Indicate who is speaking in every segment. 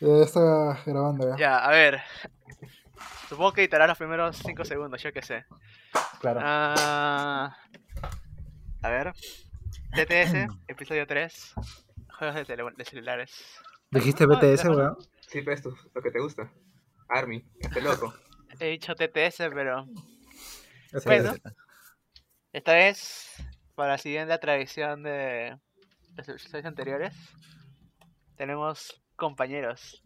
Speaker 1: Ya está grabando, ya.
Speaker 2: Ya, a ver. Supongo que editarás los primeros 5 segundos, yo qué sé.
Speaker 1: Claro.
Speaker 2: Ah, a ver. TTS, episodio 3. Juegos de, tele- de celulares.
Speaker 3: Dijiste
Speaker 2: No,
Speaker 3: BTS,
Speaker 2: no, no.
Speaker 3: weón.
Speaker 4: Sí, pues tú, lo que te gusta. Army, este loco.
Speaker 2: He dicho TTS, pero
Speaker 3: Sí,
Speaker 2: Bueno.
Speaker 3: sí.
Speaker 2: esta vez, para siguiendo la tradición de los episodios anteriores, tenemos compañeros.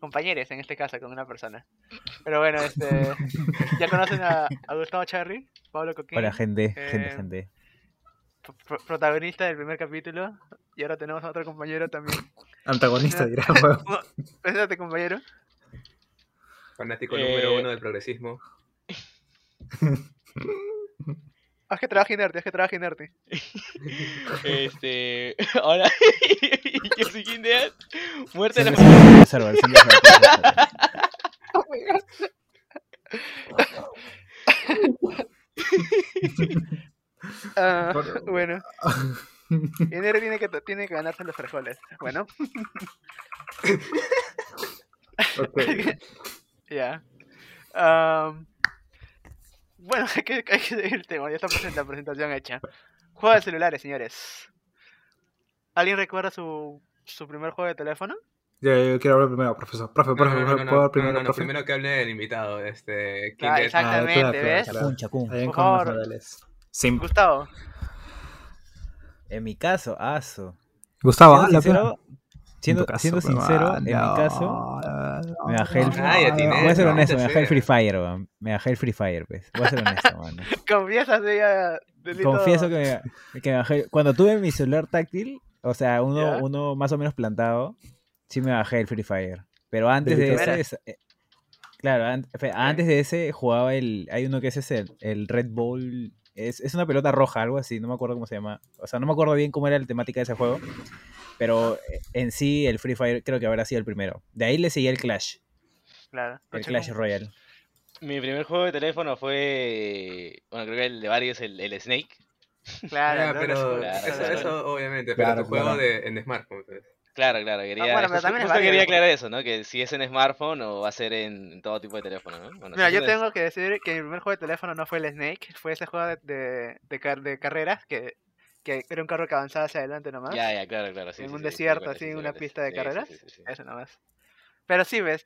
Speaker 2: Compañeros, en este caso, con una persona. Pero bueno, este, ya conocen a, a Gustavo Charri, Pablo Coquín.
Speaker 5: Hola, gente, gente,
Speaker 2: Eh,
Speaker 5: gente.
Speaker 2: pro- pro- protagonista del primer capítulo. Y ahora tenemos a otro compañero también.
Speaker 3: Antagonista, dirá, weón.
Speaker 2: Preséntate, compañero.
Speaker 4: Fanático
Speaker 6: Eh.
Speaker 4: número uno del progresismo.
Speaker 2: Haz Ah, que trabaje inerte, haz que trabaje inerte.
Speaker 6: Este. Ahora. yo soy Kindeat. Muerte de la
Speaker 5: Siempre se va a conservar, siempre se va a conservar.
Speaker 2: Ah,
Speaker 3: Por-
Speaker 2: bueno. Inerte tiene que, tiene que ganarse los frijoles. Bueno,
Speaker 3: Ok.
Speaker 2: ya. Am, bueno, hay que, hay que seguir el tema. Ya está presente la presentación hecha. Juego de celulares, señores. ¿Alguien recuerda su, su primer juego de teléfono?
Speaker 3: Yo, yo quiero hablar primero, profesor. Profe,
Speaker 4: No,
Speaker 3: profe,
Speaker 4: no, no,
Speaker 3: profe,
Speaker 4: no, no,
Speaker 3: ¿puedo
Speaker 4: no,
Speaker 3: hablar primero,
Speaker 4: no, no,
Speaker 3: profe?
Speaker 4: primero que hable del invitado, este.
Speaker 2: Ah,
Speaker 4: Kinder.
Speaker 2: exacto. Exactamente,
Speaker 3: Ah, claro, claro,
Speaker 2: ¿ves?
Speaker 3: claro.
Speaker 5: Chacún, chacún.
Speaker 3: Ahí en
Speaker 2: Por
Speaker 3: Comas
Speaker 2: favor.
Speaker 3: Nodales. Sim.
Speaker 2: Gustavo.
Speaker 5: En mi caso, aso.
Speaker 3: Gustavo,
Speaker 5: Siendo
Speaker 3: habla,
Speaker 5: sincero,
Speaker 3: pe.
Speaker 5: siendo,
Speaker 3: En tu
Speaker 5: siendo
Speaker 3: caso, pe,
Speaker 5: sincero, en
Speaker 3: man,
Speaker 5: mi
Speaker 3: no,
Speaker 5: caso,
Speaker 3: no,
Speaker 5: me bajé el.
Speaker 3: no,
Speaker 4: Ah, ya
Speaker 3: no,
Speaker 4: tiene,
Speaker 5: Voy a ser
Speaker 4: no,
Speaker 5: honesto, me
Speaker 4: ya
Speaker 5: bajé el
Speaker 4: sé.
Speaker 5: Free Fire, weón. Me bajé el Free Fire, pues. Voy a ser honesto, mano.
Speaker 2: Confiesas de ella. delito-
Speaker 5: Confieso que me, que me bajé. Cuando tuve mi celular táctil, o sea,
Speaker 2: ¿Ya?
Speaker 5: uno, uno más o menos plantado, sí me bajé el Free Fire. Pero antes de
Speaker 3: Delito.
Speaker 5: ese. es- eh, Claro, an- fe- antes de ese jugaba el. Hay uno que ese es el, el Red Bull. Es, es una pelota roja, algo así, no me acuerdo cómo se llama. O sea, no me acuerdo bien cómo era la temática de ese juego. Pero eh, en sí, el Free Fire creo que habrá sido el primero. De ahí le seguía el Clash,
Speaker 2: Claro.
Speaker 5: el
Speaker 2: Concha,
Speaker 5: Clash
Speaker 2: ¿cómo?
Speaker 5: Royale.
Speaker 6: Mi primer juego de teléfono fue. Bueno, creo que el de varios, el, el Snake.
Speaker 2: Claro,
Speaker 4: Ya,
Speaker 2: no,
Speaker 4: Ah, pero
Speaker 2: no, no, no,
Speaker 6: claro,
Speaker 4: eso,
Speaker 2: no, no.
Speaker 4: eso obviamente,
Speaker 3: Claro,
Speaker 4: pero tu juego
Speaker 3: claro.
Speaker 4: de, en smartphone. pues.
Speaker 6: Claro, claro. Quería,
Speaker 2: Ah, bueno, pero
Speaker 6: justo-
Speaker 2: también es
Speaker 6: justo
Speaker 2: válido,
Speaker 6: quería
Speaker 2: ¿no?
Speaker 6: aclarar eso, ¿no? Que si es en smartphone o va a ser en, en todo tipo de teléfono, ¿no? Bueno,
Speaker 2: Mira,
Speaker 6: sí,
Speaker 2: yo
Speaker 6: pero-
Speaker 2: tengo que decir que mi primer juego de teléfono no fue el Snake, fue ese juego de, de, de car- de carreras que, que era un carro que avanzaba hacia adelante nomás.
Speaker 6: Ya, ya, claro, claro. sí,
Speaker 2: en
Speaker 6: sí,
Speaker 2: un
Speaker 6: sí, sí, sé
Speaker 2: desierto,
Speaker 6: cuál es,
Speaker 2: así,
Speaker 6: sí,
Speaker 2: en
Speaker 6: sé
Speaker 2: una
Speaker 6: cuál es.
Speaker 2: pista de
Speaker 6: Sí, sí,
Speaker 2: carreras.
Speaker 6: sí, sí, sí.
Speaker 2: Eso nomás. Pero sí, ves,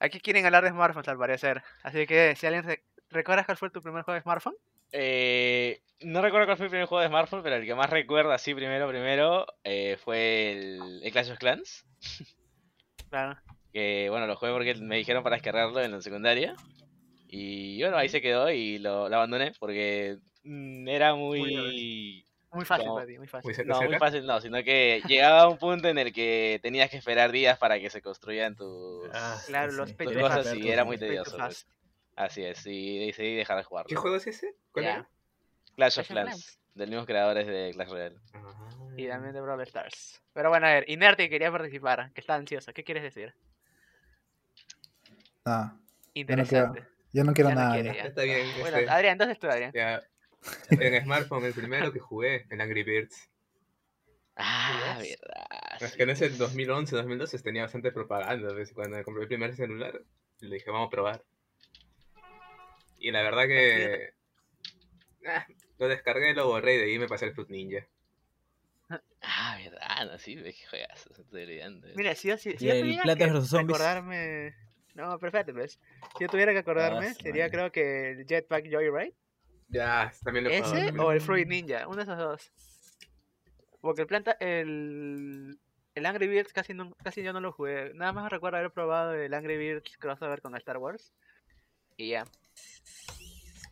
Speaker 2: aquí quieren hablar de smartphones al parecer. Así que si alguien se... ¿Recuerdas cuál fue tu primer juego de smartphone?
Speaker 6: Eh, no recuerdo cuál fue el primer juego de smartphone, pero el que más recuerdo así primero, primero, eh, fue el, el Clash of Clans.
Speaker 2: Claro.
Speaker 6: que bueno, lo jugué porque me dijeron para descargarlo en la secundaria. Y bueno, ahí se quedó y lo, lo abandoné porque mm, era muy...
Speaker 2: Muy fácil,
Speaker 6: No.
Speaker 2: para ti, muy
Speaker 4: Muy
Speaker 5: Pues,
Speaker 2: fácil.
Speaker 4: cerca,
Speaker 6: No, muy
Speaker 4: cerca.
Speaker 6: fácil no, sino que llegaba a un punto en el que tenías que esperar días para que se construyan tus...
Speaker 4: Ah,
Speaker 2: Claro,
Speaker 5: sí,
Speaker 2: los
Speaker 5: sí.
Speaker 2: pay
Speaker 6: Tus
Speaker 2: to
Speaker 6: cosas
Speaker 2: fast,
Speaker 6: sí,
Speaker 2: los
Speaker 6: era muy
Speaker 2: pay to
Speaker 6: tedioso, pues.
Speaker 2: fast.
Speaker 6: Así es, y decidí dejar de jugarlo.
Speaker 4: ¿Qué juego es ese? ¿Cuál
Speaker 6: Ya.
Speaker 4: era?
Speaker 6: Clash of
Speaker 2: Clash of
Speaker 6: Clans, del mismo creadores de Clash Royale.
Speaker 4: Ah.
Speaker 2: Y también de Brawl Stars. Pero bueno, a ver, Inerte quería participar, que está ansioso. ¿Qué quieres decir?
Speaker 1: Ah,
Speaker 2: Interesante.
Speaker 1: yo no quiero
Speaker 2: Ya no
Speaker 1: nada.
Speaker 2: quiere,
Speaker 1: ya.
Speaker 2: ya.
Speaker 4: Ya Está bien,
Speaker 2: Bueno,
Speaker 4: este,
Speaker 2: Adrián, entonces tú, Adrián.
Speaker 4: ya. En smartphone, el primero que jugué, el Angry Birds.
Speaker 6: Ah,
Speaker 2: Dios.
Speaker 6: verdad.
Speaker 4: Es
Speaker 6: sí.
Speaker 4: que en ese 2011, 2012 tenía bastante propaganda. ¿ves? Cuando me compré el primer celular, le dije, vamos a probar. Y la verdad que. ah, lo descargué, lo borré y de ahí me pasé el Fruit Ninja.
Speaker 6: Ah, verdad, no, sí, ve que juegas, estoy olvidando.
Speaker 2: Mira, si yo, si, si
Speaker 5: Y
Speaker 2: yo
Speaker 5: el
Speaker 2: tuviera
Speaker 5: Plantas
Speaker 2: que
Speaker 5: vs Zombies.
Speaker 2: acordarme... No, pero espérate, pues. Si yo tuviera que acordarme,
Speaker 5: Ah, su
Speaker 2: sería
Speaker 5: madre.
Speaker 2: creo que el Jetpack Joyride.
Speaker 4: Ya, también lo he jugado,
Speaker 2: ¿Ese
Speaker 4: también lo
Speaker 2: o
Speaker 4: he
Speaker 2: el Fruit Ninja? Uno de esos dos. Porque el planta... El, el Angry Birds casi, nun- casi yo no lo jugué. Nada más recuerdo haber probado el Angry Birds crossover con Star Wars. Y ya.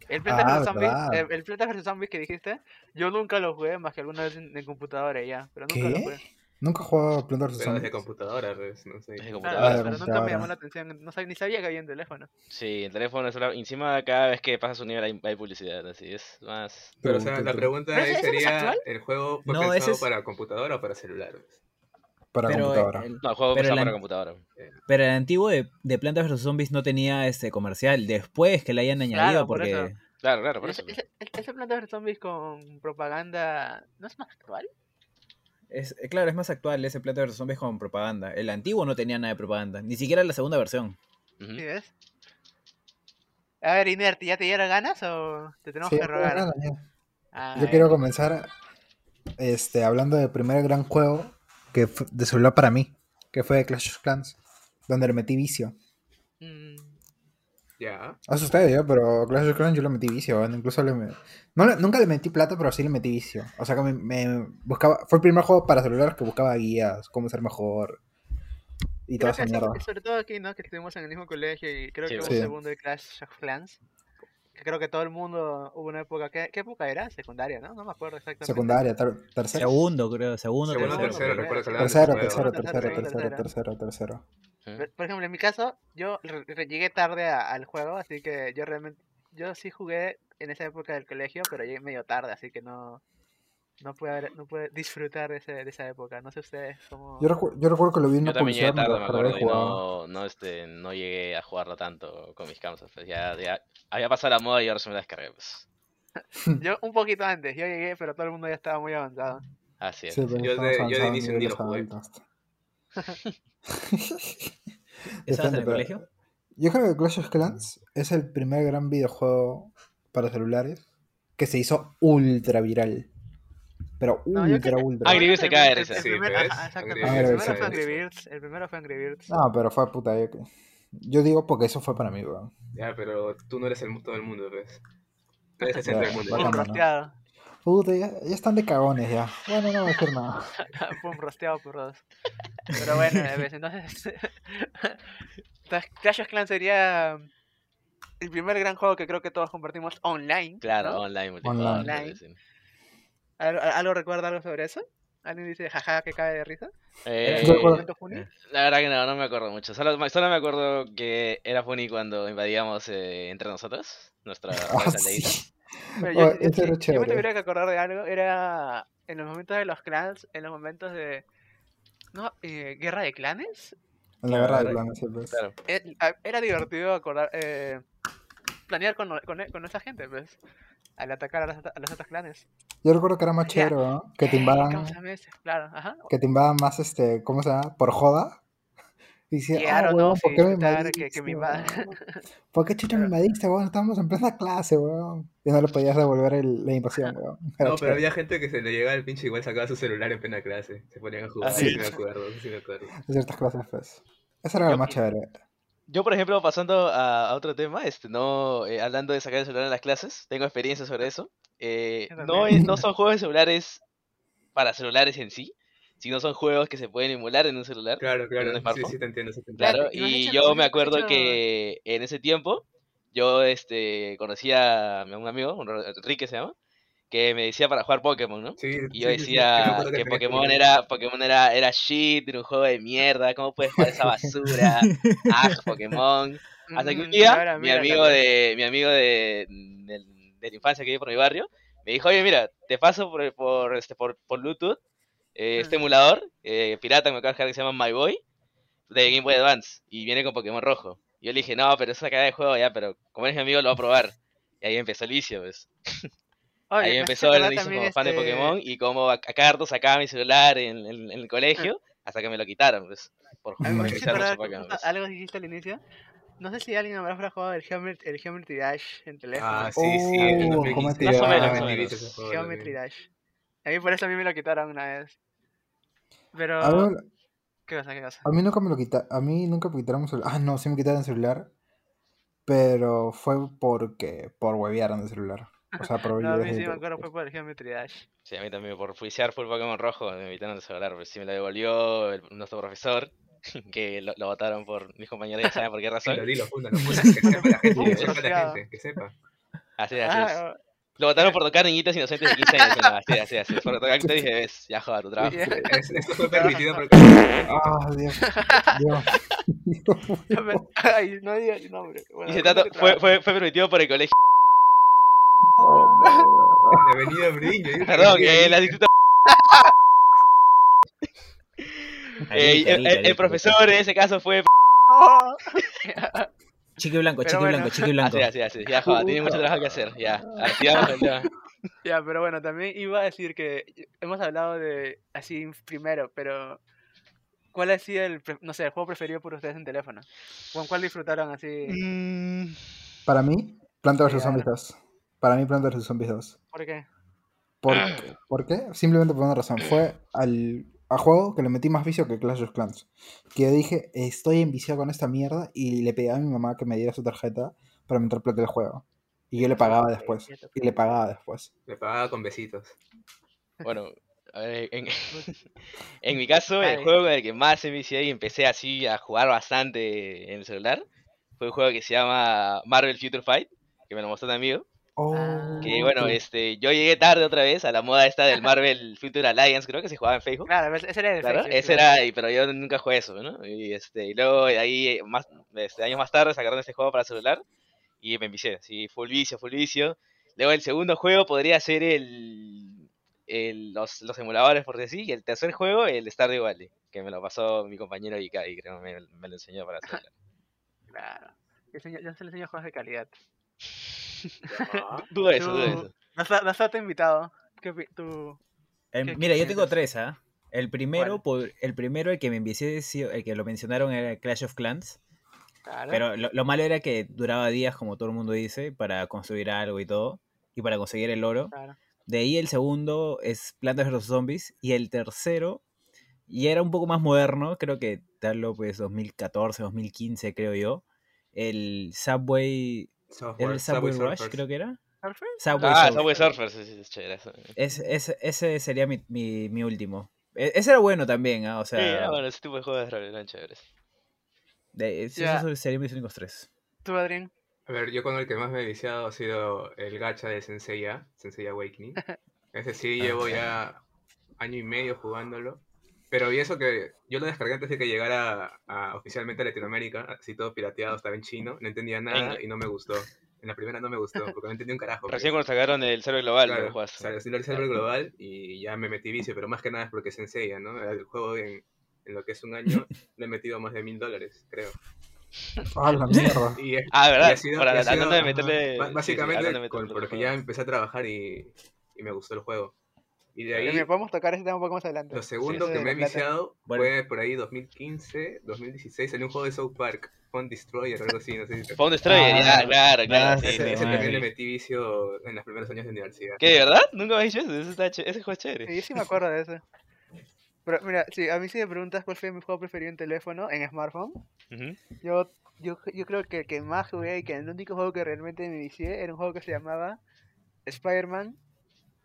Speaker 2: El Plantas
Speaker 1: Ah,
Speaker 2: vs Zombies,
Speaker 1: verdad.
Speaker 2: eh, el Plantas vs Zombies que dijiste, yo nunca lo jugué más que alguna vez en, en computadora y ya, pero nunca lo
Speaker 1: ¿Qué?
Speaker 2: jugué.
Speaker 1: Nunca he jugado Plants vs.
Speaker 4: Pero desde
Speaker 1: Zombies.
Speaker 4: computadora, pues, no sé.
Speaker 6: Desde
Speaker 2: Claro,
Speaker 6: computadora.
Speaker 1: de
Speaker 2: pero nunca me llamó
Speaker 1: Ah, computadora.
Speaker 2: la atención, no sab- ni sabía que había en teléfono.
Speaker 6: Sí, el teléfono es una- Encima cada vez que pasas un nivel hay, hay publicidad, así es más...
Speaker 4: Pero, o
Speaker 1: Tú,
Speaker 4: sea,
Speaker 1: tú,
Speaker 4: la
Speaker 1: tú.
Speaker 4: pregunta
Speaker 2: ¿Pero
Speaker 4: ahí
Speaker 2: ese- ese no es
Speaker 4: sería:
Speaker 2: actual?
Speaker 4: ¿el juego fue
Speaker 5: No, ese
Speaker 4: pensado
Speaker 5: es-
Speaker 4: para computadora o para celular?
Speaker 1: Para
Speaker 5: Pero
Speaker 1: computadora.
Speaker 5: el-
Speaker 6: No, el juego
Speaker 5: Pero
Speaker 6: pensado
Speaker 5: la-
Speaker 6: para computadora.
Speaker 5: Pero el antiguo de, de Plantas vs Zombies no tenía este comercial. Después que le hayan
Speaker 2: Claro,
Speaker 5: añadido,
Speaker 2: por
Speaker 5: porque.
Speaker 2: eso.
Speaker 6: Claro, claro, por eso.
Speaker 2: Ese, ese, ese Plantas vs Zombies con propaganda no es más actual.
Speaker 5: Es, eh, claro, es más actual ese Planta vs. Zombies con propaganda. El antiguo no tenía nada de propaganda, ni siquiera la segunda versión.
Speaker 6: Ujú.
Speaker 2: ¿Sí ves? A ver, Inert, ¿ya te dieron ganas o te tenemos
Speaker 3: Sí,
Speaker 2: que rogar?
Speaker 3: nada, ya.
Speaker 2: Ah,
Speaker 3: Yo
Speaker 2: ya.
Speaker 3: quiero comenzar este, hablando del primer gran juego que fu- de celular para mí, que fue Clash of Clans, donde le metí vicio.
Speaker 2: Mm,
Speaker 4: Ya.
Speaker 3: Hace ustedes, ya, pero Clash of Clans yo le metí vicio. bueno, Incluso le me- no le- nunca le metí plata, pero sí le metí vicio. O sea que me, me buscaba. Fue el primer juego para celulares que buscaba guías, cómo ser mejor. Y toda
Speaker 2: Creo que
Speaker 3: esa mierda.
Speaker 2: sobre- sobre todo aquí, ¿no? Que estuvimos en el mismo colegio y creo
Speaker 6: Sí,
Speaker 2: que hubo
Speaker 6: pues.
Speaker 3: Sí.
Speaker 2: un segundo de Clash of Clans. Que creo que todo el mundo hubo una época. ¿Qué, qué época era? Secundaria, ¿no? No me acuerdo exactamente.
Speaker 3: Secundaria, ter- tercero.
Speaker 5: Segundo, creo, segundo,
Speaker 4: Segundo,
Speaker 5: tercero.
Speaker 4: tercero, recuerdo que le daban ese
Speaker 3: Tercero,
Speaker 4: juego.
Speaker 3: tercero,
Speaker 2: Tercero,
Speaker 3: tercero,
Speaker 2: tercero,
Speaker 3: tercero, tercero, tercero.
Speaker 2: Por- Por ejemplo, en mi caso, yo re- re- llegué tarde a- al juego, así que yo realmente, yo sí jugué en esa época del colegio, pero llegué medio tarde, así que no, no pude, haber- no pude disfrutar de, ese- de esa época. No sé ustedes cómo.
Speaker 3: Yo, recu- yo recuerdo que lo vi en
Speaker 6: Yo
Speaker 3: una
Speaker 6: también llegué
Speaker 3: publicidad
Speaker 6: tarde, me
Speaker 3: mientras por
Speaker 6: acuerdo,
Speaker 3: ahí
Speaker 6: y
Speaker 3: jugaba.
Speaker 6: no, no, este, no llegué a jugarlo tanto con mis camsas. pues, ya, ya había pasado la moda y ahora se me la descargué. pues.
Speaker 2: Yo un poquito antes, yo llegué, pero todo el mundo ya estaba muy avanzado.
Speaker 6: Así es.
Speaker 3: Sí, pero
Speaker 4: Yo
Speaker 3: estamos
Speaker 4: de- yo de
Speaker 3: avanzando
Speaker 4: inicio ni
Speaker 3: niveles
Speaker 4: lo jugué.
Speaker 3: altos.
Speaker 5: ¿Estabas en el
Speaker 3: Depende, pero-
Speaker 5: colegio?
Speaker 3: Yo creo que Clash of Clans es el primer gran videojuego para celulares que se hizo ultra viral. Pero
Speaker 2: No, yo
Speaker 3: ultra,
Speaker 2: creo que-
Speaker 3: ultra.
Speaker 6: Ah, Angry Birds se
Speaker 2: el-
Speaker 6: cae de
Speaker 2: el-
Speaker 6: risa.
Speaker 2: el
Speaker 4: Sí,
Speaker 2: primer-
Speaker 4: ¿ves?
Speaker 2: ajá, exacto,
Speaker 4: Angry
Speaker 2: El
Speaker 3: Birds
Speaker 2: primero
Speaker 3: se cae
Speaker 2: fue
Speaker 3: de
Speaker 2: Angry
Speaker 4: risa.
Speaker 2: Birds. El primero fue Angry Birds.
Speaker 3: No, pero fue puta. Yo, yo digo porque eso fue para mí, weón.
Speaker 4: Ya, pero tú no eres el mu- todo el mundo, ¿ves? No eres el centro del mundo.
Speaker 3: Bacán,
Speaker 2: Pum
Speaker 3: bacán.
Speaker 4: ya.
Speaker 2: rosteado.
Speaker 3: Puta, ya, ya están de cagones ya. Bueno, no voy a decir nada.
Speaker 2: Pum rosteado por dos. Pero bueno, eh, ves, entonces. entonces, Clash of Clans sería mm, el primer gran juego que creo que todos compartimos online.
Speaker 6: Claro,
Speaker 2: ¿no?
Speaker 6: online, multijugador,
Speaker 3: Online.
Speaker 6: claro que sí.
Speaker 2: ¿Al- al- ¿Algo recuerda algo sobre eso? ¿Alguien dice jaja que cae de risa?
Speaker 6: Eh,
Speaker 3: Yo recuerdo-
Speaker 2: momento funny?
Speaker 6: la verdad que no, no me acuerdo mucho. Solo, solo me acuerdo que era funny cuando invadíamos eh, entre nosotros nuestra
Speaker 3: Ah,
Speaker 6: nuestra
Speaker 3: sí.
Speaker 6: aldeíta.
Speaker 2: Pero
Speaker 3: Oh,
Speaker 2: yo, yo,
Speaker 3: eso
Speaker 2: sí-
Speaker 3: era
Speaker 2: yo me
Speaker 3: chévere.
Speaker 2: tuviera que acordar de algo, era en los momentos de los clans, en los momentos de... ¿No? Eh, ¿Guerra de clanes?
Speaker 3: En la guerra de planes, sí, pues.
Speaker 6: Claro.
Speaker 2: Eh, a- Era divertido acordar, eh, planear con, con, con esa gente, pues, al atacar a los, ot- a los otros clanes.
Speaker 3: Yo recuerdo que era más chévere, ¿no? Que te
Speaker 2: Eh,
Speaker 3: invadan,
Speaker 2: Cáusame ese, claro, ajá.
Speaker 3: que te invadan más, este, ¿cómo se llama? Por joda. Y decía,
Speaker 2: Claro,
Speaker 3: ah,
Speaker 2: no,
Speaker 3: weón,
Speaker 2: sí,
Speaker 3: ¿por qué me
Speaker 2: disfrutar que-
Speaker 3: invadiste?
Speaker 2: que me
Speaker 3: weón?
Speaker 2: invadan".
Speaker 3: ¿Por qué chucha me invadiste, weón? Estábamos en plena clase, weón. Y no le podías devolver el- la invasión, weón. Era
Speaker 4: No, pero
Speaker 3: chévere.
Speaker 4: había gente que se le llegaba el pinche igual sacaba su celular en plena clase. Se ponían a jugar,
Speaker 6: Ah,
Speaker 4: sí,
Speaker 6: sí.
Speaker 4: me acuerdo, sí me acuerdo.
Speaker 3: En ciertas clases, pues. Eso era lo
Speaker 6: Yo-
Speaker 3: más chévere.
Speaker 6: Yo, por ejemplo, pasando a, a otro tema, este, no, eh, hablando de sacar el celular en las clases, tengo experiencia sobre eso. eh,
Speaker 2: Yo
Speaker 6: no,
Speaker 2: también.
Speaker 6: es- no son juegos de celulares para celulares en sí, sino son juegos que se pueden emular en un celular.
Speaker 4: Claro, claro, sí,
Speaker 6: smartphone?
Speaker 4: sí te entiendo, sí te entiendo.
Speaker 6: Claro,
Speaker 2: y lo has
Speaker 6: y
Speaker 2: hecho- lo
Speaker 6: yo
Speaker 2: has
Speaker 6: me
Speaker 2: hecho-
Speaker 6: acuerdo
Speaker 2: hecho-
Speaker 6: que en ese tiempo yo este, conocí a un amigo, un Ro- Enrique se llama, que me decía para jugar Pokémon, ¿no?
Speaker 4: Sí,
Speaker 6: Y yo
Speaker 4: sí, sí, sí, yo me
Speaker 6: decía
Speaker 4: acuerdo
Speaker 6: que
Speaker 4: tenías
Speaker 6: Pokémon era, Pokémon era, era shit, era un juego de mierda, ¿cómo puedes jugar esa basura? Ah, Pokémon. Hasta que un
Speaker 2: Mm,
Speaker 6: día
Speaker 2: ahora
Speaker 6: mi
Speaker 2: mira,
Speaker 6: amigo
Speaker 2: Carlos.
Speaker 6: de mi amigo de, del- de la infancia que vive por mi barrio me dijo, oye, mira, te paso por, por, este, por, por Bluetooth eh, este
Speaker 2: Ah.
Speaker 6: emulador eh, pirata que me acabo de descargar que se llama My Boy
Speaker 2: Mm.
Speaker 6: de Game Boy Advance y viene con Pokémon Rojo. Y yo le dije, no, pero es una cagada de juego ya, pero como eres mi amigo lo va a probar. Y ahí empezó el vicio, pues.
Speaker 2: Oye,
Speaker 6: Ahí
Speaker 2: me has hecho
Speaker 6: empezó el
Speaker 2: acordar
Speaker 6: inicio como
Speaker 2: también,
Speaker 6: fan de
Speaker 2: este,
Speaker 6: Pokémon y como a, a Cardo sacaba mi celular en, en- en el colegio hasta que me lo quitaron, pues. Por
Speaker 3: Ah,
Speaker 2: Ay, Mm. me
Speaker 3: Mm.
Speaker 6: por
Speaker 2: hiciste acordar
Speaker 6: viciarnos en Pokémon,
Speaker 2: justo
Speaker 6: pues.
Speaker 2: algo que dijiste al inicio. No sé si alguien habrá jugado el Geometry, el Geometry Dash en teléfono.
Speaker 4: Ah, sí, sí, en el
Speaker 3: Oh,
Speaker 4: 2015,
Speaker 3: ¿cómo te
Speaker 4: más o
Speaker 6: llamas?
Speaker 4: menos,
Speaker 6: Geometry
Speaker 4: viste ese juego también.
Speaker 2: Geometry Dash. A mí por eso a mí me lo quitaron una vez. Pero...
Speaker 3: A, ver,
Speaker 2: ¿Qué cosa, qué cosa?
Speaker 3: a mí nunca me lo quitaron. A mí nunca me quitaron mi celular. Ah, no, sí me quitaron el celular. Pero fue porque. Por huevearon el celular. O sea, por ver
Speaker 2: No, a mí
Speaker 3: videos de
Speaker 2: sí me
Speaker 3: YouTube,
Speaker 2: acuerdo
Speaker 3: pues.
Speaker 2: fue por el Geometry Dash.
Speaker 6: Sí, a mí también por juiciar full Pokémon Rojo me invitaron a celular, pues sí me lo devolvió el- nuestro profesor, que lo, lo votaron por mis compañeros, ya saben por qué
Speaker 4: Dilo,
Speaker 6: razón.
Speaker 4: dilo, funda, no puedes, que sepa la gente, que sepa la
Speaker 2: Demasiado.
Speaker 4: gente, que sepa.
Speaker 6: Así es, así es.
Speaker 2: Ah,
Speaker 6: Lo votaron por tocar niñitas inocentes de 15 años, nada, así es, así es, así es. Por tocar niñitas dije, ves, ya joda tu trabajo.
Speaker 2: ya.
Speaker 4: Es- Esto fue permitido porque...
Speaker 3: Ah, Dios. Dios.
Speaker 2: No me- Ay, no digas el nombre. Bueno,
Speaker 6: Dice
Speaker 2: de repente
Speaker 6: Tato, fue,
Speaker 2: trabajo.
Speaker 6: fue, fue permitido por el colegio.
Speaker 4: La avenida Briño. yo creo
Speaker 6: Perdón, que
Speaker 4: que-
Speaker 6: la distinta- eh,
Speaker 5: Arica,
Speaker 6: el,
Speaker 5: Arica,
Speaker 6: el- el
Speaker 5: Arica.
Speaker 6: profesor en ese caso fue
Speaker 2: Oh,
Speaker 5: Chique blanco,
Speaker 2: Pero
Speaker 5: chique
Speaker 2: bueno.
Speaker 5: blanco, chique blanco.
Speaker 6: Así, así, así. Ya, joda, tiene mucho trabajo que hacer. Ya, activamos el tema.
Speaker 2: Ya, pero bueno, también iba a decir que hemos hablado de así primero, pero ¿cuál ha sido el, pre- no sé, el juego preferido por ustedes en teléfono? ¿Con cuál disfrutaron así?
Speaker 6: Mm,
Speaker 1: Para mí, Planta vs.
Speaker 2: Claro.
Speaker 1: Zombies 2. Para mí, Planta vs. Zombies 2.
Speaker 2: ¿Por qué?
Speaker 1: ¿Por,
Speaker 6: Ah.
Speaker 1: qué? ¿Por qué? Simplemente por una razón. Fue
Speaker 6: Eh.
Speaker 1: al a juego que le metí más vicio que Clash of Clans. Que yo dije, estoy enviciado con esta mierda y le pedí a mi mamá que me diera su tarjeta para meter plata el juego. Y yo le pagaba después. Y le pagaba después.
Speaker 4: Le pagaba con besitos.
Speaker 6: Bueno, a ver, en, en mi caso, el
Speaker 2: Dale.
Speaker 6: juego con el que más me vicié y empecé así a jugar bastante en el celular fue un juego que se llama Marvel Future Fight, que me lo mostró un amigo.
Speaker 1: Oh,
Speaker 3: Ah,
Speaker 6: Que bueno, este, yo llegué tarde otra vez a la moda esta del Marvel Future Alliance, creo que se jugaba en Facebook.
Speaker 2: Claro, ese era el
Speaker 6: Claro,
Speaker 2: Facebook,
Speaker 6: ese era, y- pero yo nunca jugué eso, ¿no? Y, este, y luego de ahí, eh, más, este, años más tarde, sacaron este juego para celular y me empecé, sí, full vicio, full vicio. Luego el segundo juego podría ser el, el- los, los emuladores, por decir, y el tercer juego, el Stardew Valley, que me lo pasó mi compañero Ika y creo que me, me lo enseñó para celular.
Speaker 2: Claro. Yo, enseño- yo se le enseño juegos de calidad.
Speaker 6: Dudo de eso, dudo de
Speaker 2: Tú-
Speaker 6: eso.
Speaker 2: No está, no está tu invitado. ¿Qué opi- tú?
Speaker 5: Eh,
Speaker 2: ¿Qué- qué
Speaker 5: mira, yo tengo
Speaker 2: piensas?
Speaker 5: tres, ¿ah? El primero, por- el primero, el que me envicié, ha sido- el que lo mencionaron era Clash of Clans.
Speaker 2: ¿Eh? Claro.
Speaker 5: Pero lo, lo malo era que duraba días, como todo el mundo dice, para construir algo y todo. Y para conseguir el oro.
Speaker 2: claro.
Speaker 5: De ahí el segundo es Plantas vs. Zombies. Y el tercero, y era un poco más moderno, creo que darlo pues 2014, 2015, creo yo. El Subway. ¿Era
Speaker 4: Software,
Speaker 5: el Subway, Rush,
Speaker 4: Surfers.
Speaker 5: creo que era?
Speaker 2: ¿Surfers?
Speaker 5: Subway
Speaker 6: Ah,
Speaker 5: Surf.
Speaker 6: Subway Surfers, sí, sí, es chévere eso. Sí,
Speaker 5: Es- es- ese sería mi, mi- mi último. E- ese era bueno también, ah, o sea.
Speaker 6: ah, bueno, ese tipo de juegos de rol eran chéveres.
Speaker 5: de- es-
Speaker 2: Ya.
Speaker 5: Esos serían mis únicos tres.
Speaker 2: ¿Tú, Adrián?
Speaker 4: A ver, yo con el que más me he viciado ha sido el gacha de Senseiya, Sensei Awakening. Ese sí llevo ya año y medio jugándolo. Pero y eso que yo lo descargué antes de que llegara a- oficialmente a Latinoamérica, así todo pirateado, estaba en chino, no entendía nada
Speaker 6: Venga.
Speaker 4: y no me gustó. En la primera no me gustó, porque no entendí un carajo.
Speaker 6: Recién
Speaker 4: pero-
Speaker 6: cuando sacaron el server global, lo
Speaker 4: Claro,
Speaker 6: jugaste.
Speaker 4: salió así el server global y ya me metí vicio, pero más que nada es porque se enseña, ¿no? El juego en, en lo que es un año le he metido más de mil dólares, creo.
Speaker 1: ah, la mierda.
Speaker 4: Y es
Speaker 6: Ah,
Speaker 4: y
Speaker 6: ¿verdad?
Speaker 4: ha sido-
Speaker 6: Por
Speaker 4: y ha
Speaker 6: a-
Speaker 4: sido-
Speaker 6: tratando de
Speaker 4: ajá,
Speaker 6: meterle.
Speaker 4: ba-
Speaker 6: sí, sí,
Speaker 4: Básicamente,
Speaker 6: tratando de
Speaker 4: con-
Speaker 6: meterle
Speaker 4: porque
Speaker 6: los
Speaker 4: ya
Speaker 6: juegos.
Speaker 4: empecé a trabajar y, y me gustó el juego. Y de ahí,
Speaker 2: Mira, Podemos tocar ese tema un poco más adelante.
Speaker 4: lo segundo
Speaker 2: Eso
Speaker 4: que
Speaker 2: de
Speaker 4: me he
Speaker 2: la plata.
Speaker 4: viciado
Speaker 5: Bueno.
Speaker 4: fue por ahí 2015, 2016, salió un juego de South Park, Pond Destroyer o algo así, no sé si te-
Speaker 6: Phone Destroyer,
Speaker 5: Ah,
Speaker 6: ya, claro, claro.
Speaker 5: ah,
Speaker 6: sí,
Speaker 5: ese-
Speaker 6: sí,
Speaker 4: Ese
Speaker 6: sí.
Speaker 4: también
Speaker 5: madre.
Speaker 4: le metí vicio en los primeros años de universidad.
Speaker 6: ¿Qué, de verdad? Nunca me has dicho eso. Ese, está ch- ese juego es chévere.
Speaker 2: Sí, yo sí me acuerdo de eso. Pero mira, si a mí si me preguntas cuál fue mi juego preferido en teléfono, en smartphone,
Speaker 6: Ujú.
Speaker 2: yo, yo, yo creo que el que más jugué y que el único juego que realmente me vicié era un juego que se llamaba Spider-Man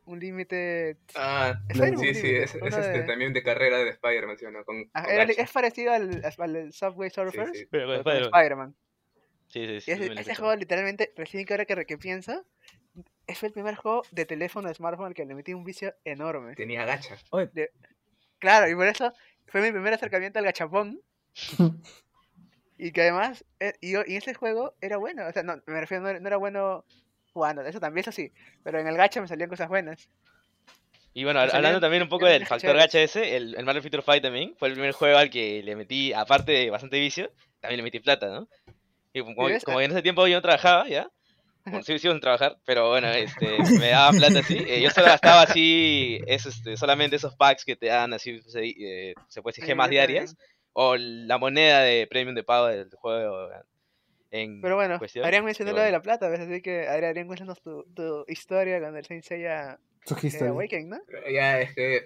Speaker 2: Unlimited.
Speaker 4: Ah,
Speaker 2: Spider-Man
Speaker 4: sí, sí,
Speaker 2: Unlimited,
Speaker 4: es, es
Speaker 2: uno
Speaker 4: este,
Speaker 2: de-
Speaker 4: también de carrera de Spider-Man, ¿sí o no? Con,
Speaker 2: Ah,
Speaker 4: con
Speaker 2: era-
Speaker 4: gacha.
Speaker 2: es parecido al, al Subway Surfers,
Speaker 4: sí.
Speaker 6: Pero con
Speaker 2: pero con Spider-Man.
Speaker 6: Spider-Man. Sí, sí, sí.
Speaker 2: Y ese,
Speaker 6: me lo he
Speaker 2: ese
Speaker 6: escuchado.
Speaker 2: juego literalmente, recién que ahora que, re- que pienso, es el primer juego de teléfono de smartphone al que le metí un vicio enorme.
Speaker 4: Tenía gacha.
Speaker 5: Oye,
Speaker 2: Claro, y por eso fue mi primer acercamiento al gachapón. y que además, eh, y, yo- y ese juego era bueno. O sea, no, me refiero, no, era- no era bueno jugando, eso también, eso sí. Pero en el gacha me salían cosas buenas.
Speaker 6: Y bueno,
Speaker 2: que
Speaker 6: hab- hablando
Speaker 2: salían-
Speaker 6: también un poco
Speaker 2: eran
Speaker 6: del
Speaker 2: unas
Speaker 6: factor
Speaker 2: chéveres.
Speaker 6: gacha ese, el, el Marvel Future Fight también fue el primer juego al que le metí, aparte de bastante vicio, también le metí plata, ¿no? Y como, como
Speaker 2: ves?
Speaker 6: que en ese tiempo yo no trabajaba, ¿ya? Bueno, sí, sigo sin trabajar, pero bueno, este, me daban plata así. eh, yo solo gastaba así, es, este, solamente esos packs que te dan así, se, eh, se puede decir,
Speaker 2: Sí,
Speaker 6: gemas
Speaker 2: yo
Speaker 6: diarias, o la moneda de premium de pago del juego en
Speaker 2: Pero bueno,
Speaker 6: cuestión.
Speaker 2: Adrián mencionó
Speaker 6: pero
Speaker 2: lo de
Speaker 6: bueno.
Speaker 2: la plata, ¿ves? Así que, Adrián, Adrián, cuéntanos tu, tu historia con el Saint Seiya
Speaker 1: Su
Speaker 2: eh,
Speaker 1: historia.
Speaker 2: Awakening, ¿no?
Speaker 4: Ya, es que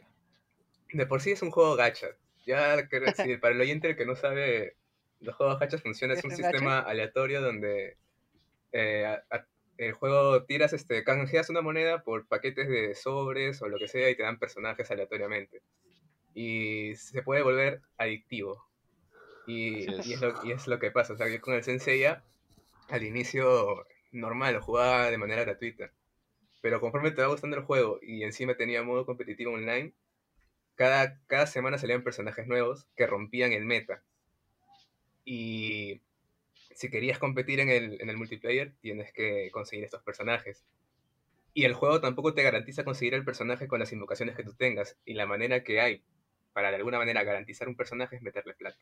Speaker 4: de por sí es un juego gacha. Ya, que- si para el oyente que no sabe, los juegos gachas funcionan. Es
Speaker 2: ¿Es
Speaker 4: un
Speaker 2: un gacha?
Speaker 4: sistema aleatorio donde eh, a- a- el juego tiras, este, canjeas una moneda por paquetes de sobres o lo que sea y te dan personajes aleatoriamente. Y se puede volver adictivo. Y,
Speaker 6: Así es.
Speaker 4: y es. lo, y es lo que pasa. O sea, yo con el Sensei ya, al inicio normal, lo jugaba de manera gratuita. Pero conforme te va gustando el juego y encima tenía modo competitivo online, cada, cada semana salían personajes nuevos que rompían el meta. Y si querías competir en el, en el multiplayer, tienes que conseguir estos personajes. Y el juego tampoco te garantiza conseguir el personaje con las invocaciones que tú tengas. Y la manera que hay para de alguna manera garantizar un personaje es meterle plata.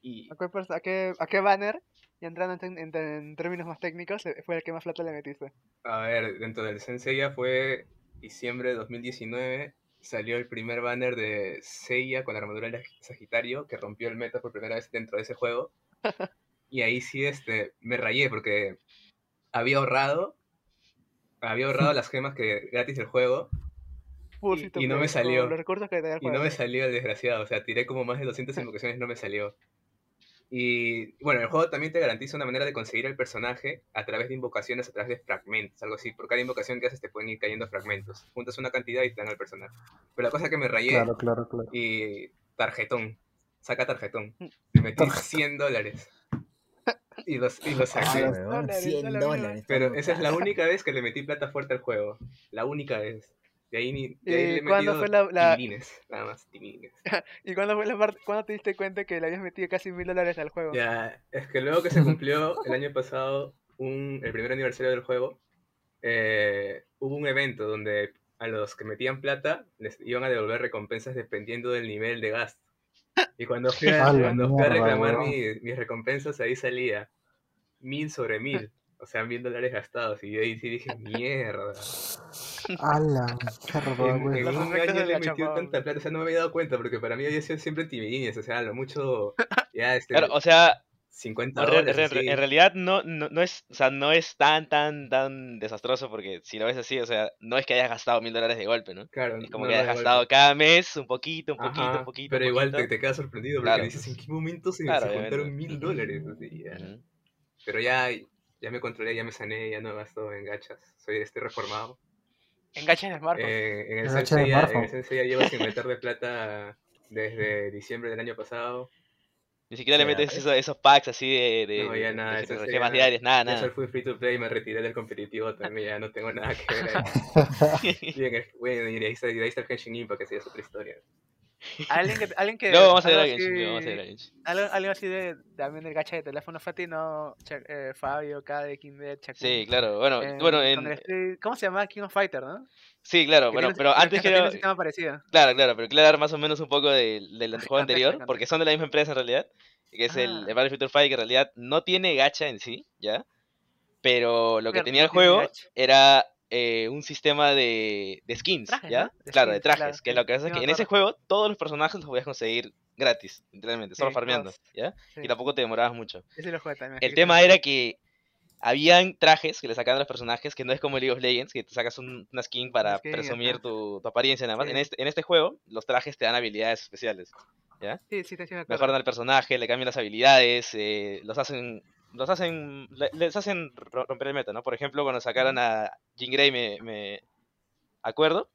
Speaker 4: Y
Speaker 2: ¿A, cuál perso- a qué, a qué banner, y entrando en, tec- en- en términos más técnicos, eh, fue el que más plata le metiste?
Speaker 4: a ver, dentro del Senseiya fue diciembre de 2019. Salió el primer banner de Seiya con la armadura de Sagitario que rompió el meta por primera vez dentro de ese juego. Y ahí sí este, me rayé porque había ahorrado. Había ahorrado las gemas que gratis del juego
Speaker 2: Pulsito,
Speaker 4: y no me
Speaker 2: pues, con
Speaker 4: salió.
Speaker 2: Los recursos que te da el
Speaker 4: Y no
Speaker 2: juego.
Speaker 4: me salió el desgraciado, o sea, tiré como más de 200 invocaciones, no me salió. Y bueno, el juego también te garantiza una manera de conseguir el personaje a través de invocaciones, a través de fragmentos, algo así. Por cada invocación que haces te pueden ir cayendo fragmentos. Juntas una cantidad y te dan al personaje. Pero la cosa que me rayé
Speaker 1: Claro, claro, claro.
Speaker 4: y tarjetón. Saca tarjetón.
Speaker 2: Mm.
Speaker 4: Le metí 100 dólares. Y los, y los
Speaker 1: Ah,
Speaker 4: saqué.
Speaker 1: los
Speaker 5: weón,
Speaker 2: dólares,
Speaker 5: 100
Speaker 2: dólares.
Speaker 5: dólares.
Speaker 4: Pero esa es la única vez que le metí plata fuerte al juego. La única vez. De ahí, ni, de ahí
Speaker 2: ¿Y
Speaker 4: le he
Speaker 2: Eh, cuándo
Speaker 4: metido
Speaker 2: fue la- la-
Speaker 4: timines, nada más, timines.
Speaker 2: ¿Y cuándo, fue la parte, cuándo te diste cuenta que le habías metido casi mil dólares al juego?
Speaker 4: Ya, es que luego que se cumplió el año pasado un, el primer aniversario del juego, eh, hubo un evento donde a los que metían plata les iban a devolver recompensas dependiendo del nivel de gasto. Y cuando fui a,
Speaker 1: A la
Speaker 4: cuando fui a
Speaker 1: mierda,
Speaker 4: reclamar
Speaker 1: weón.
Speaker 4: mi- mis recompensas, ahí salía mil sobre mil, o sea, mil dólares gastados. Y yo ahí sí dije, mierda.
Speaker 1: A Ah, la
Speaker 3: Ah,
Speaker 1: mierda,
Speaker 4: En, en
Speaker 1: güey.
Speaker 2: Los
Speaker 4: un
Speaker 2: efectos
Speaker 4: año
Speaker 2: de
Speaker 4: le
Speaker 2: la
Speaker 4: metí
Speaker 2: chamada,
Speaker 4: tanta plata, o sea, no me había dado cuenta, porque para mí había sido siempre timidines, o sea, lo mucho, ya este,
Speaker 6: Claro, o sea,
Speaker 4: 50
Speaker 6: en, re-
Speaker 4: dólares.
Speaker 6: re-
Speaker 4: así.
Speaker 6: en realidad no, no, no es, o sea, no es tan, tan, tan desastroso porque si lo ves así, o sea, no es que hayas gastado mil dólares de golpe, ¿no?
Speaker 4: Claro,
Speaker 6: Es como
Speaker 4: no
Speaker 6: que
Speaker 4: lo
Speaker 6: hayas
Speaker 4: devuelvo.
Speaker 6: gastado cada mes un poquito, un poquito,
Speaker 4: Ajá,
Speaker 6: un poquito.
Speaker 4: Pero
Speaker 6: un
Speaker 4: igual te,
Speaker 6: poquito.
Speaker 4: te quedas sorprendido porque
Speaker 6: Claro.
Speaker 4: dices, ¿en qué momento se,
Speaker 6: Claro,
Speaker 4: se juntaron
Speaker 6: obviamente.
Speaker 4: mil dólares? Así, ya.
Speaker 6: Ujú.
Speaker 4: Pero ya, ya me controlé, ya me sané, ya no gasto en gachas. Soy este reformado.
Speaker 2: Engacha en el marco.
Speaker 4: Eh, en, el
Speaker 1: En gachas de
Speaker 4: sensei ya, en
Speaker 1: smartphone.
Speaker 4: el Sensei ya llevo sin meter de plata desde diciembre del año pasado.
Speaker 6: Ni siquiera le
Speaker 4: Ya,
Speaker 6: metes
Speaker 4: pues.
Speaker 6: esos, esos packs así de, de,
Speaker 4: No, ya
Speaker 6: de-
Speaker 4: nada,
Speaker 6: de
Speaker 4: eso
Speaker 6: gemas
Speaker 4: sí, ya nada.
Speaker 6: diarias, Ah, nada,
Speaker 4: Ya
Speaker 6: nada.
Speaker 4: soy full free to play, me retiré del competitivo también, ya no tengo nada que ver. ahí. Y, en el- bueno, y de ahí está, y de ahí está el Henshin Impact, que sí es otra historia.
Speaker 2: Alguien que. Alguien que
Speaker 6: Luego vamos a ir
Speaker 2: algo
Speaker 6: a Genshin, luego vamos a ir a
Speaker 2: así-
Speaker 6: Genshin.
Speaker 2: algo, algo así de también del gacha de teléfono Fati, no. Cha- eh, Fabio, Kade, Kinder, Chacun.
Speaker 6: Sí, claro, bueno,
Speaker 2: en-
Speaker 6: bueno,
Speaker 2: Eh, con
Speaker 6: en,
Speaker 2: el estri- ¿Cómo se llama? King of Fighter, ¿no?
Speaker 6: sí, claro,
Speaker 2: Que
Speaker 6: bueno,
Speaker 2: tiene-
Speaker 6: pero
Speaker 2: que-
Speaker 6: antes
Speaker 2: que tiene un
Speaker 6: quiero,
Speaker 2: sistema parecido.
Speaker 6: Claro, claro, pero quiero dar más o menos un poco del, del juego
Speaker 2: contexto,
Speaker 6: anterior, porque son de la misma empresa en realidad, que es el,
Speaker 2: Ah.
Speaker 6: el Battlefield Fight, que en realidad no tiene gacha en sí, ¿ya? Pero lo que
Speaker 2: Cierto,
Speaker 6: tenía
Speaker 2: no
Speaker 6: el
Speaker 2: tiene
Speaker 6: juego
Speaker 2: gacha.
Speaker 6: era eh, un sistema de, de skins,
Speaker 2: Trajes,
Speaker 6: ¿ya?
Speaker 2: ¿no? De
Speaker 6: Claro, de
Speaker 2: skins, claro,
Speaker 6: trajes, que
Speaker 2: sí,
Speaker 6: lo que pasa
Speaker 2: sí
Speaker 6: es
Speaker 2: me
Speaker 6: que en ese
Speaker 2: acuerdo.
Speaker 6: juego todos los personajes los podías conseguir gratis, literalmente, solo
Speaker 2: Sí,
Speaker 6: farmeando,
Speaker 2: todos.
Speaker 6: ¿ya?
Speaker 2: Sí,
Speaker 6: Y tampoco te demorabas mucho.
Speaker 2: ese lo jugué también, así
Speaker 6: El
Speaker 2: que
Speaker 6: tema
Speaker 2: sí.
Speaker 6: era que habían trajes que le sacaban a los personajes, que no es como League of Legends, que te sacas un- una skin para
Speaker 2: skin,
Speaker 6: presumir
Speaker 2: ajá.
Speaker 6: tu, tu apariencia nada más. En,
Speaker 2: Sí.
Speaker 6: este, en este juego, los trajes te dan habilidades especiales.
Speaker 2: Sí, sí, te sí me acuerdo.
Speaker 6: Mejoran al personaje, le cambian las habilidades, eh, los hacen... Los hacen, le- les hacen ro- romper el meta, ¿no? Por ejemplo, cuando sacaron a Jean Grey, me, me acuerdo,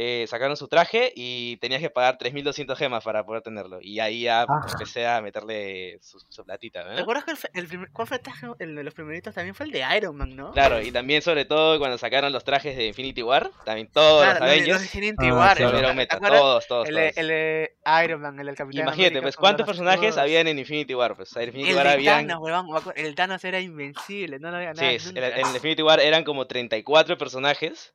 Speaker 6: eh, sacaron su traje y tenías que pagar 3.200 gemas para poder tenerlo. Y ahí ya
Speaker 1: Ah.
Speaker 6: empecé a meterle su, su platita, ¿no?
Speaker 2: ¿Te acuerdas que el, fe- el primer, cuál fue el traje- el de los primeritos también fue el de Iron Man, ¿no?
Speaker 6: Claro, y también sobre todo cuando sacaron los trajes de Infinity War, también todos
Speaker 2: Claro, los
Speaker 6: los
Speaker 2: de- los
Speaker 6: Avengers
Speaker 2: de Infinity
Speaker 3: Ah,
Speaker 2: War,
Speaker 6: se
Speaker 3: claro.
Speaker 2: el-
Speaker 6: volvieron
Speaker 2: ¿te
Speaker 6: meta,
Speaker 2: acuerdas?
Speaker 6: todos, todos,
Speaker 2: El, de-
Speaker 6: todos.
Speaker 2: el de Iron Man, el del Capitán
Speaker 6: Imagínate,
Speaker 2: América
Speaker 6: pues,
Speaker 2: con los
Speaker 6: ¿cuántos personajes
Speaker 2: escudos.
Speaker 6: habían en Infinity War? Pues, en Infinity
Speaker 2: El
Speaker 6: War
Speaker 2: de
Speaker 6: habían...
Speaker 2: Thanos, huevón, me acuerdo, el Thanos era invencible, no lo había
Speaker 6: Sí,
Speaker 2: nada.
Speaker 6: es- en, en Infinity War eran como 34 personajes,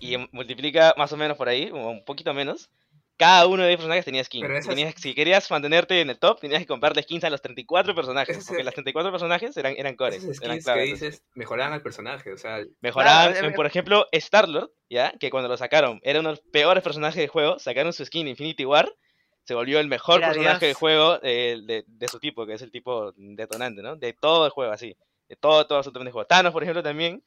Speaker 6: y en- multiplica más o menos por ahí, o un poquito menos. Cada uno de esos personajes tenía skin.
Speaker 4: Pero
Speaker 6: y
Speaker 4: esas-
Speaker 6: tenías- si querías mantenerte en el top, tenías que comprarle skins a los 34 personajes,
Speaker 4: Esas-
Speaker 6: porque los 34 personajes eran, eran cores,
Speaker 4: Esas
Speaker 6: eran
Speaker 4: skins que
Speaker 6: claves, así.
Speaker 4: dices mejoraban al personaje, o sea,
Speaker 6: Mejoraban,
Speaker 2: Claro,
Speaker 6: en-
Speaker 2: eh,
Speaker 6: por ejemplo, Star-Lord, ¿ya? Que cuando lo sacaron, era uno de los peores personajes del juego, sacaron su skin Infinity War, se volvió el mejor
Speaker 2: Era
Speaker 6: personaje del
Speaker 2: Dios.
Speaker 6: juego eh, de, de su tipo, que es el tipo detonante, ¿no? De todo el juego, así. De todo, todo absolutamente el juego. Thanos, por ejemplo, también,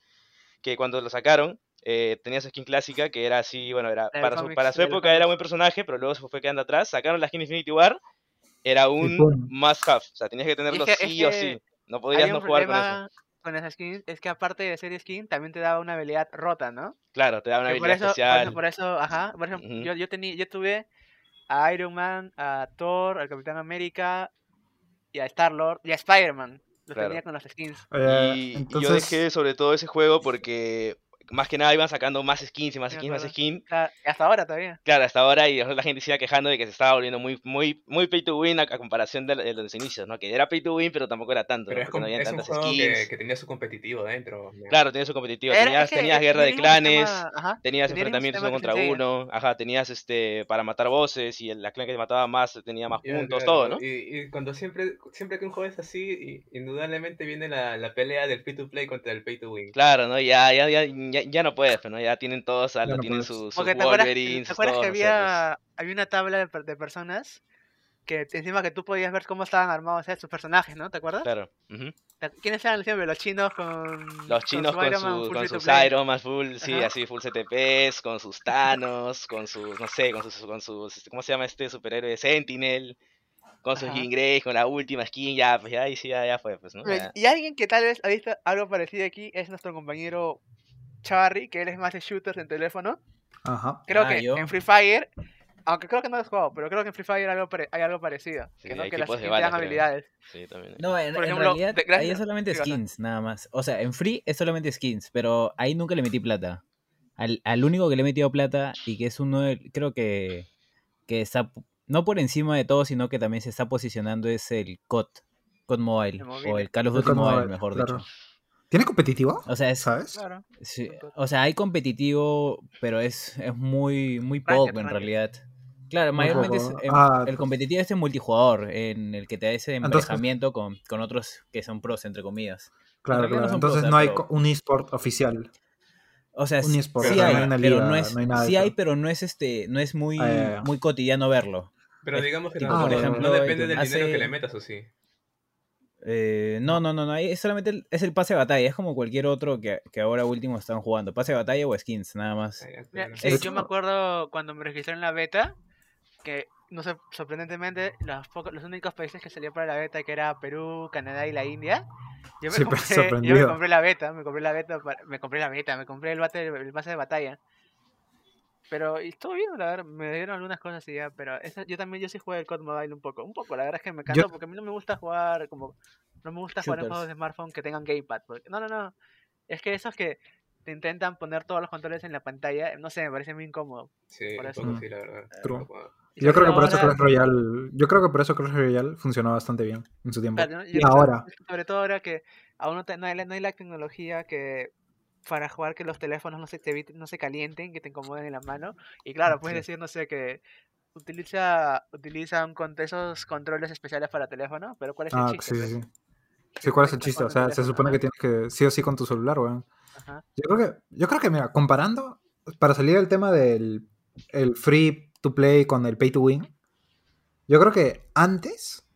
Speaker 6: que cuando lo sacaron, eh, tenía su skin clásica, que era así, bueno, era
Speaker 2: La del
Speaker 6: para su,
Speaker 2: cómics,
Speaker 6: para su
Speaker 2: la del
Speaker 6: época era buen personaje, pero luego se fue quedando atrás, sacaron la skin Infinity War, era un
Speaker 1: pum.
Speaker 6: must-have, o sea, tenías que tenerlo
Speaker 2: que- es
Speaker 6: sí o
Speaker 2: que
Speaker 6: sí. No podías
Speaker 2: Había
Speaker 6: no
Speaker 2: un
Speaker 6: jugar con eso.
Speaker 2: problema con las skins, es que aparte de ser skin, también te daba una habilidad rota, ¿no?
Speaker 6: Claro, te da una
Speaker 2: Que por
Speaker 6: habilidad
Speaker 2: eso, por eso-
Speaker 6: especial.
Speaker 2: Por eso, ajá, por ejemplo,
Speaker 6: Ujú.
Speaker 2: yo, yo, tenía, yo tuve a Iron Man, a Thor, al Capitán América, y a Star-Lord, y a Spider-Man. Los
Speaker 6: Claro.
Speaker 2: tenía con las skins.
Speaker 3: Eh,
Speaker 6: Y, y yo
Speaker 3: entonces,
Speaker 6: dejé sobre todo ese juego porque más que nada iban sacando más skins y más
Speaker 2: Sí, me
Speaker 6: skins, más
Speaker 2: acuerdo.
Speaker 6: skins.
Speaker 2: Claro, y hasta ahora todavía.
Speaker 6: Claro, hasta ahora y la gente se iba quejando de que se estaba volviendo muy, muy, muy pay to win a, a comparación de, de los inicios, ¿no? Que era pay to win, pero tampoco era tanto,
Speaker 4: Pero
Speaker 6: ¿no?
Speaker 4: es,
Speaker 6: Porque
Speaker 4: como-
Speaker 6: no habían
Speaker 4: es un
Speaker 6: tantas
Speaker 4: juego
Speaker 6: skins.
Speaker 4: que, que tenía su competitivo dentro. ya.
Speaker 6: Claro, tenías su competitivo,
Speaker 2: Era-
Speaker 6: tenías,
Speaker 2: es que
Speaker 6: tenías
Speaker 2: es-
Speaker 6: guerra de
Speaker 2: tenía un
Speaker 6: clanes,
Speaker 2: sistema- ajá,
Speaker 6: tenías
Speaker 2: tenía un
Speaker 6: enfrentamientos
Speaker 2: sistema
Speaker 6: uno
Speaker 2: que
Speaker 6: contra
Speaker 2: te enseña.
Speaker 6: uno, ajá, tenías este para matar voces y el, la clan que te mataba más tenía más
Speaker 4: Ya,
Speaker 6: puntos,
Speaker 4: claro,
Speaker 6: todo, ¿no?
Speaker 4: Y, y cuando siempre, siempre que un juego es así, i- indudablemente viene la, la pelea del free to play contra el pay to win.
Speaker 6: Claro, ¿no? Ya, ya, ya, ya, ya no puedes, pues, ¿no? Ya tienen todos alta,
Speaker 3: Ya no
Speaker 6: tienen
Speaker 3: puedes.
Speaker 6: sus, sus
Speaker 2: Porque te acuerdas,
Speaker 6: Wolverines,
Speaker 2: ¿te
Speaker 6: sus
Speaker 2: acuerdas
Speaker 6: todos,
Speaker 2: que
Speaker 6: no sé, pues.
Speaker 2: había, había una tabla de, per- de personas que te- encima que tú podías ver cómo estaban armados o sea, sus personajes, ¿no? ¿Te acuerdas?
Speaker 6: Claro. ujú.
Speaker 2: ¿Te- ¿Quiénes eran siempre? Los chinos Mm, con
Speaker 6: Los chinos con,
Speaker 2: Iron Man
Speaker 6: su-
Speaker 2: full
Speaker 6: con
Speaker 2: free to
Speaker 6: sus
Speaker 2: play.
Speaker 6: Iron Man full, sí,
Speaker 2: Ajá.
Speaker 6: así, full CTPs, con sus Thanos, con sus, no sé, con sus, con sus, este, ¿cómo se llama este superhéroe? Sentinel, con sus
Speaker 2: Ajá.
Speaker 6: Jean Grey, con la última skin, ya, pues ya, ahí sí, ya, ya fue, pues, ¿no?
Speaker 2: Mira,
Speaker 6: Ya.
Speaker 2: Y alguien que tal vez ha visto algo parecido aquí es nuestro compañero Charry, que él es más de shooters en teléfono.
Speaker 3: Ajá.
Speaker 2: Creo
Speaker 5: Ah,
Speaker 2: que
Speaker 5: yo.
Speaker 2: en Free Fire, aunque creo que no lo has jugado, pero creo que en Free Fire algo pare- hay algo parecido.
Speaker 6: Sí,
Speaker 2: que no,
Speaker 6: hay
Speaker 2: que las
Speaker 6: tipos
Speaker 2: skins
Speaker 6: de
Speaker 2: te
Speaker 6: balas,
Speaker 2: dan
Speaker 6: creo.
Speaker 2: habilidades.
Speaker 6: Sí, también.
Speaker 5: No, en,
Speaker 2: Por
Speaker 5: en
Speaker 2: ejemplo,
Speaker 5: realidad
Speaker 2: de gracia-
Speaker 5: ahí es solamente
Speaker 2: sí, o sea.
Speaker 5: skins, nada más. O sea, en free es solamente skins, pero ahí nunca le metí plata. Al, al único que le he metido plata y que es uno, de- creo que, que está p- no por encima de todo, sino que también se está posicionando es el COD, COD Mobile,
Speaker 2: El
Speaker 5: o
Speaker 2: mobile.
Speaker 5: el Call of Duty
Speaker 3: Con
Speaker 5: Mobile,
Speaker 3: Mobile,
Speaker 5: mejor
Speaker 3: claro.
Speaker 5: dicho.
Speaker 3: ¿Tiene competitivo?
Speaker 5: O sea, es,
Speaker 3: ¿Sabes?
Speaker 2: Claro.
Speaker 5: sí,
Speaker 2: COD.
Speaker 5: o sea, hay competitivo, pero es, es muy, muy
Speaker 2: Ranked,
Speaker 5: poco en
Speaker 2: ranked.
Speaker 5: realidad. Claro,
Speaker 3: Muy
Speaker 5: mayormente es,
Speaker 3: poco.
Speaker 5: em,
Speaker 3: Ah,
Speaker 5: el competitivo es en multijugador, en el que te da ese
Speaker 3: Entonces- pues,
Speaker 5: emparejamiento con, con otros que son pros, entre comillas.
Speaker 3: Claro,
Speaker 5: realidad no
Speaker 3: claro.
Speaker 5: son
Speaker 3: Entonces
Speaker 5: pros,
Speaker 3: no hay co-
Speaker 5: pero-
Speaker 3: un esport oficial.
Speaker 5: O sea,
Speaker 3: Un
Speaker 5: sí
Speaker 3: eSport,
Speaker 5: sí
Speaker 4: pero no
Speaker 5: hay,
Speaker 4: hay
Speaker 3: una
Speaker 5: pero
Speaker 3: liga,
Speaker 5: no es,
Speaker 3: no hay nada de
Speaker 5: sí
Speaker 3: eso.
Speaker 5: hay, pero no es este, no es muy,
Speaker 3: Ah, ya, ya.
Speaker 5: muy cotidiano verlo.
Speaker 4: Pero
Speaker 5: Es
Speaker 4: digamos que
Speaker 5: tipo,
Speaker 4: tampoco-
Speaker 3: por ejemplo,
Speaker 4: no depende del
Speaker 5: hace-
Speaker 4: dinero que le metas, ¿o sí?
Speaker 5: Eh, no, no, no, no, ahí es solamente el, es el pase de batalla, es como cualquier otro que, que ahora último están jugando, pase de batalla o skins, nada más.
Speaker 4: Ah, ya,
Speaker 2: Mira,
Speaker 4: claro.
Speaker 2: sí,
Speaker 3: De
Speaker 2: yo
Speaker 3: hecho-
Speaker 2: me acuerdo cuando me registré en la beta, que no sé, sorprendentemente, los, pocos- los únicos países que salió para la beta, que era Perú, Canadá y la India, yo me,
Speaker 3: Sí, pero
Speaker 2: compré, yo me
Speaker 3: sorprendido.
Speaker 2: compré la beta, me compré la beta, para- me compré la beta, me compré el, bate, el pase de batalla. Pero y estuvo bien, la verdad, me dieron algunas cosas y ya, pero eso- yo también, yo sí jugué el COD Mobile un poco, un poco, la verdad es que me encantó, porque a mí no me gusta jugar como, no me gusta jugar en
Speaker 5: Shooters.
Speaker 2: juegos de smartphone que tengan gamepad, porque, no, no, no, es que esos que te intentan poner todos los controles en la pantalla, no sé, me parece muy incómodo.
Speaker 4: Sí,
Speaker 2: por
Speaker 4: un
Speaker 2: eso.
Speaker 4: poco sí, la verdad.
Speaker 3: True.
Speaker 4: Un poco.
Speaker 2: Y
Speaker 3: Yo creo que
Speaker 2: sobre
Speaker 3: por eso
Speaker 2: todo
Speaker 3: Clash
Speaker 2: ahora-
Speaker 3: Royale. Yo creo que por eso Clash Royale funcionó bastante bien en su tiempo.
Speaker 2: claro, ¿no? Yo
Speaker 3: Y
Speaker 2: creo-
Speaker 3: ahora.
Speaker 2: Sobre todo ahora que aún no, te- no hay, la- no hay la tecnología que para jugar que los teléfonos no se, te, eviten- no se calienten, que te incomoden en la mano. Y claro, puedes
Speaker 5: Sí.
Speaker 2: decir, no sé, que utiliza, utiliza un con- esos controles especiales para teléfono, pero ¿cuál es el
Speaker 3: Ah,
Speaker 2: chiste?
Speaker 3: sí,
Speaker 2: pues?
Speaker 3: sí, sí. Sí, ¿cuál es el
Speaker 2: Estás
Speaker 3: chiste? O
Speaker 2: jugando
Speaker 3: sea, se
Speaker 2: en teléfono,
Speaker 3: supone
Speaker 2: ajá.
Speaker 3: que tienes que sí o sí con tu celular, weón.
Speaker 2: Ajá.
Speaker 3: Yo creo que, yo creo que mira, comparando, para salir del tema del el free to play con el pay to win, yo creo que antes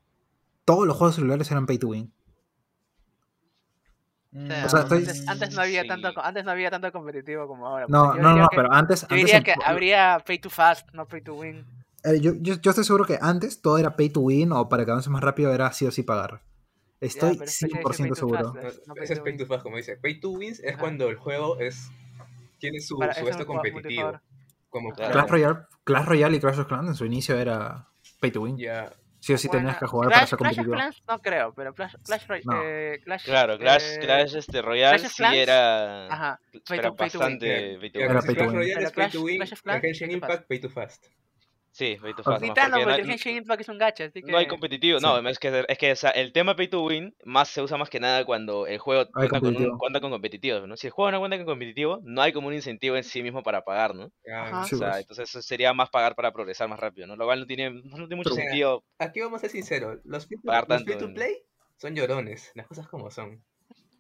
Speaker 3: todos los juegos celulares eran pay to win.
Speaker 5: Mm,
Speaker 2: O
Speaker 3: O sea,
Speaker 2: sea,
Speaker 3: estoy-
Speaker 2: antes, antes no había tanto,
Speaker 6: Sí.
Speaker 2: co- antes no había tanto competitivo como ahora.
Speaker 3: No,
Speaker 2: pues, yo
Speaker 3: no,
Speaker 2: diría
Speaker 3: no,
Speaker 2: que-
Speaker 3: pero antes...
Speaker 2: Yo
Speaker 3: antes
Speaker 2: diría
Speaker 3: el-
Speaker 2: que habría pay to fast, no pay to win.
Speaker 3: eh, yo, yo- yo estoy seguro que antes todo era pay to win o para que avance más rápido era sí o sí pagar.
Speaker 2: Ya,
Speaker 3: Estoy
Speaker 2: pero es que se dice
Speaker 3: 100%
Speaker 2: pay to fast,
Speaker 3: seguro.
Speaker 2: ¿eh?
Speaker 4: No,
Speaker 2: No
Speaker 4: ese es
Speaker 2: pay
Speaker 4: pay
Speaker 2: to
Speaker 4: to fast, como dice. Pay to wins es
Speaker 2: Ajá.
Speaker 4: cuando el juego es tiene su,
Speaker 2: Para-
Speaker 4: su
Speaker 2: es un
Speaker 4: esto
Speaker 2: juego
Speaker 4: competitivo.
Speaker 2: multijugador.
Speaker 4: Como
Speaker 6: Claro.
Speaker 3: Clash Royale, Clash Royale y Clash of Clans en su inicio era pay to win.
Speaker 4: Ya,
Speaker 3: Sí o sí tenías
Speaker 2: Bueno,
Speaker 3: que jugar
Speaker 2: Clash,
Speaker 3: para ser
Speaker 2: Clash of
Speaker 3: competitivo.
Speaker 2: Clans no creo, pero Clash, Clash, Roy-
Speaker 3: No.
Speaker 2: eh, Clash-
Speaker 6: Claro, Clash,
Speaker 2: eh,
Speaker 6: Clash este, Royale
Speaker 2: Clash of
Speaker 6: sí
Speaker 2: Clans,
Speaker 6: era,
Speaker 2: Ajá, pay
Speaker 6: era
Speaker 2: to, pay to win.
Speaker 4: Ya,
Speaker 6: bastante pay to
Speaker 4: ya,
Speaker 3: Era
Speaker 6: win.
Speaker 4: si
Speaker 3: pay to
Speaker 4: Clash
Speaker 3: win.
Speaker 4: Royale
Speaker 2: Pero
Speaker 4: es pay to
Speaker 2: Clash-
Speaker 4: win,
Speaker 2: Clash of Clans
Speaker 4: el Genshin
Speaker 2: es pay to
Speaker 4: Impact pay to fast.
Speaker 6: Sí, pay to
Speaker 3: Ajá.
Speaker 6: fast.
Speaker 2: Ni
Speaker 6: nomás,
Speaker 2: tan, no,
Speaker 6: porque
Speaker 2: porque el
Speaker 6: no-
Speaker 2: Genshin Impact es un gacha, así que...
Speaker 6: No hay competitivo,
Speaker 3: Sí.
Speaker 6: no, es que, es que o sea, el tema pay to win más se usa más que nada cuando el juego
Speaker 3: Hay
Speaker 6: cuenta con, un,
Speaker 3: competitivo.
Speaker 6: cuenta con competitivos, ¿no? Si el juego no cuenta con competitivo, no hay como un incentivo en sí mismo para pagar, ¿no?
Speaker 4: Ya,
Speaker 2: Ajá.
Speaker 6: O
Speaker 3: Sí,
Speaker 6: sea,
Speaker 3: pues.
Speaker 6: entonces eso sería más pagar para progresar más rápido, ¿no? Lo cual no tiene, no tiene
Speaker 4: True.
Speaker 6: mucho sentido.
Speaker 4: Aquí vamos a ser sinceros, los free to,
Speaker 6: Pagar
Speaker 4: los
Speaker 6: tanto,
Speaker 4: free to
Speaker 6: ¿no?
Speaker 4: play son llorones, las cosas como son.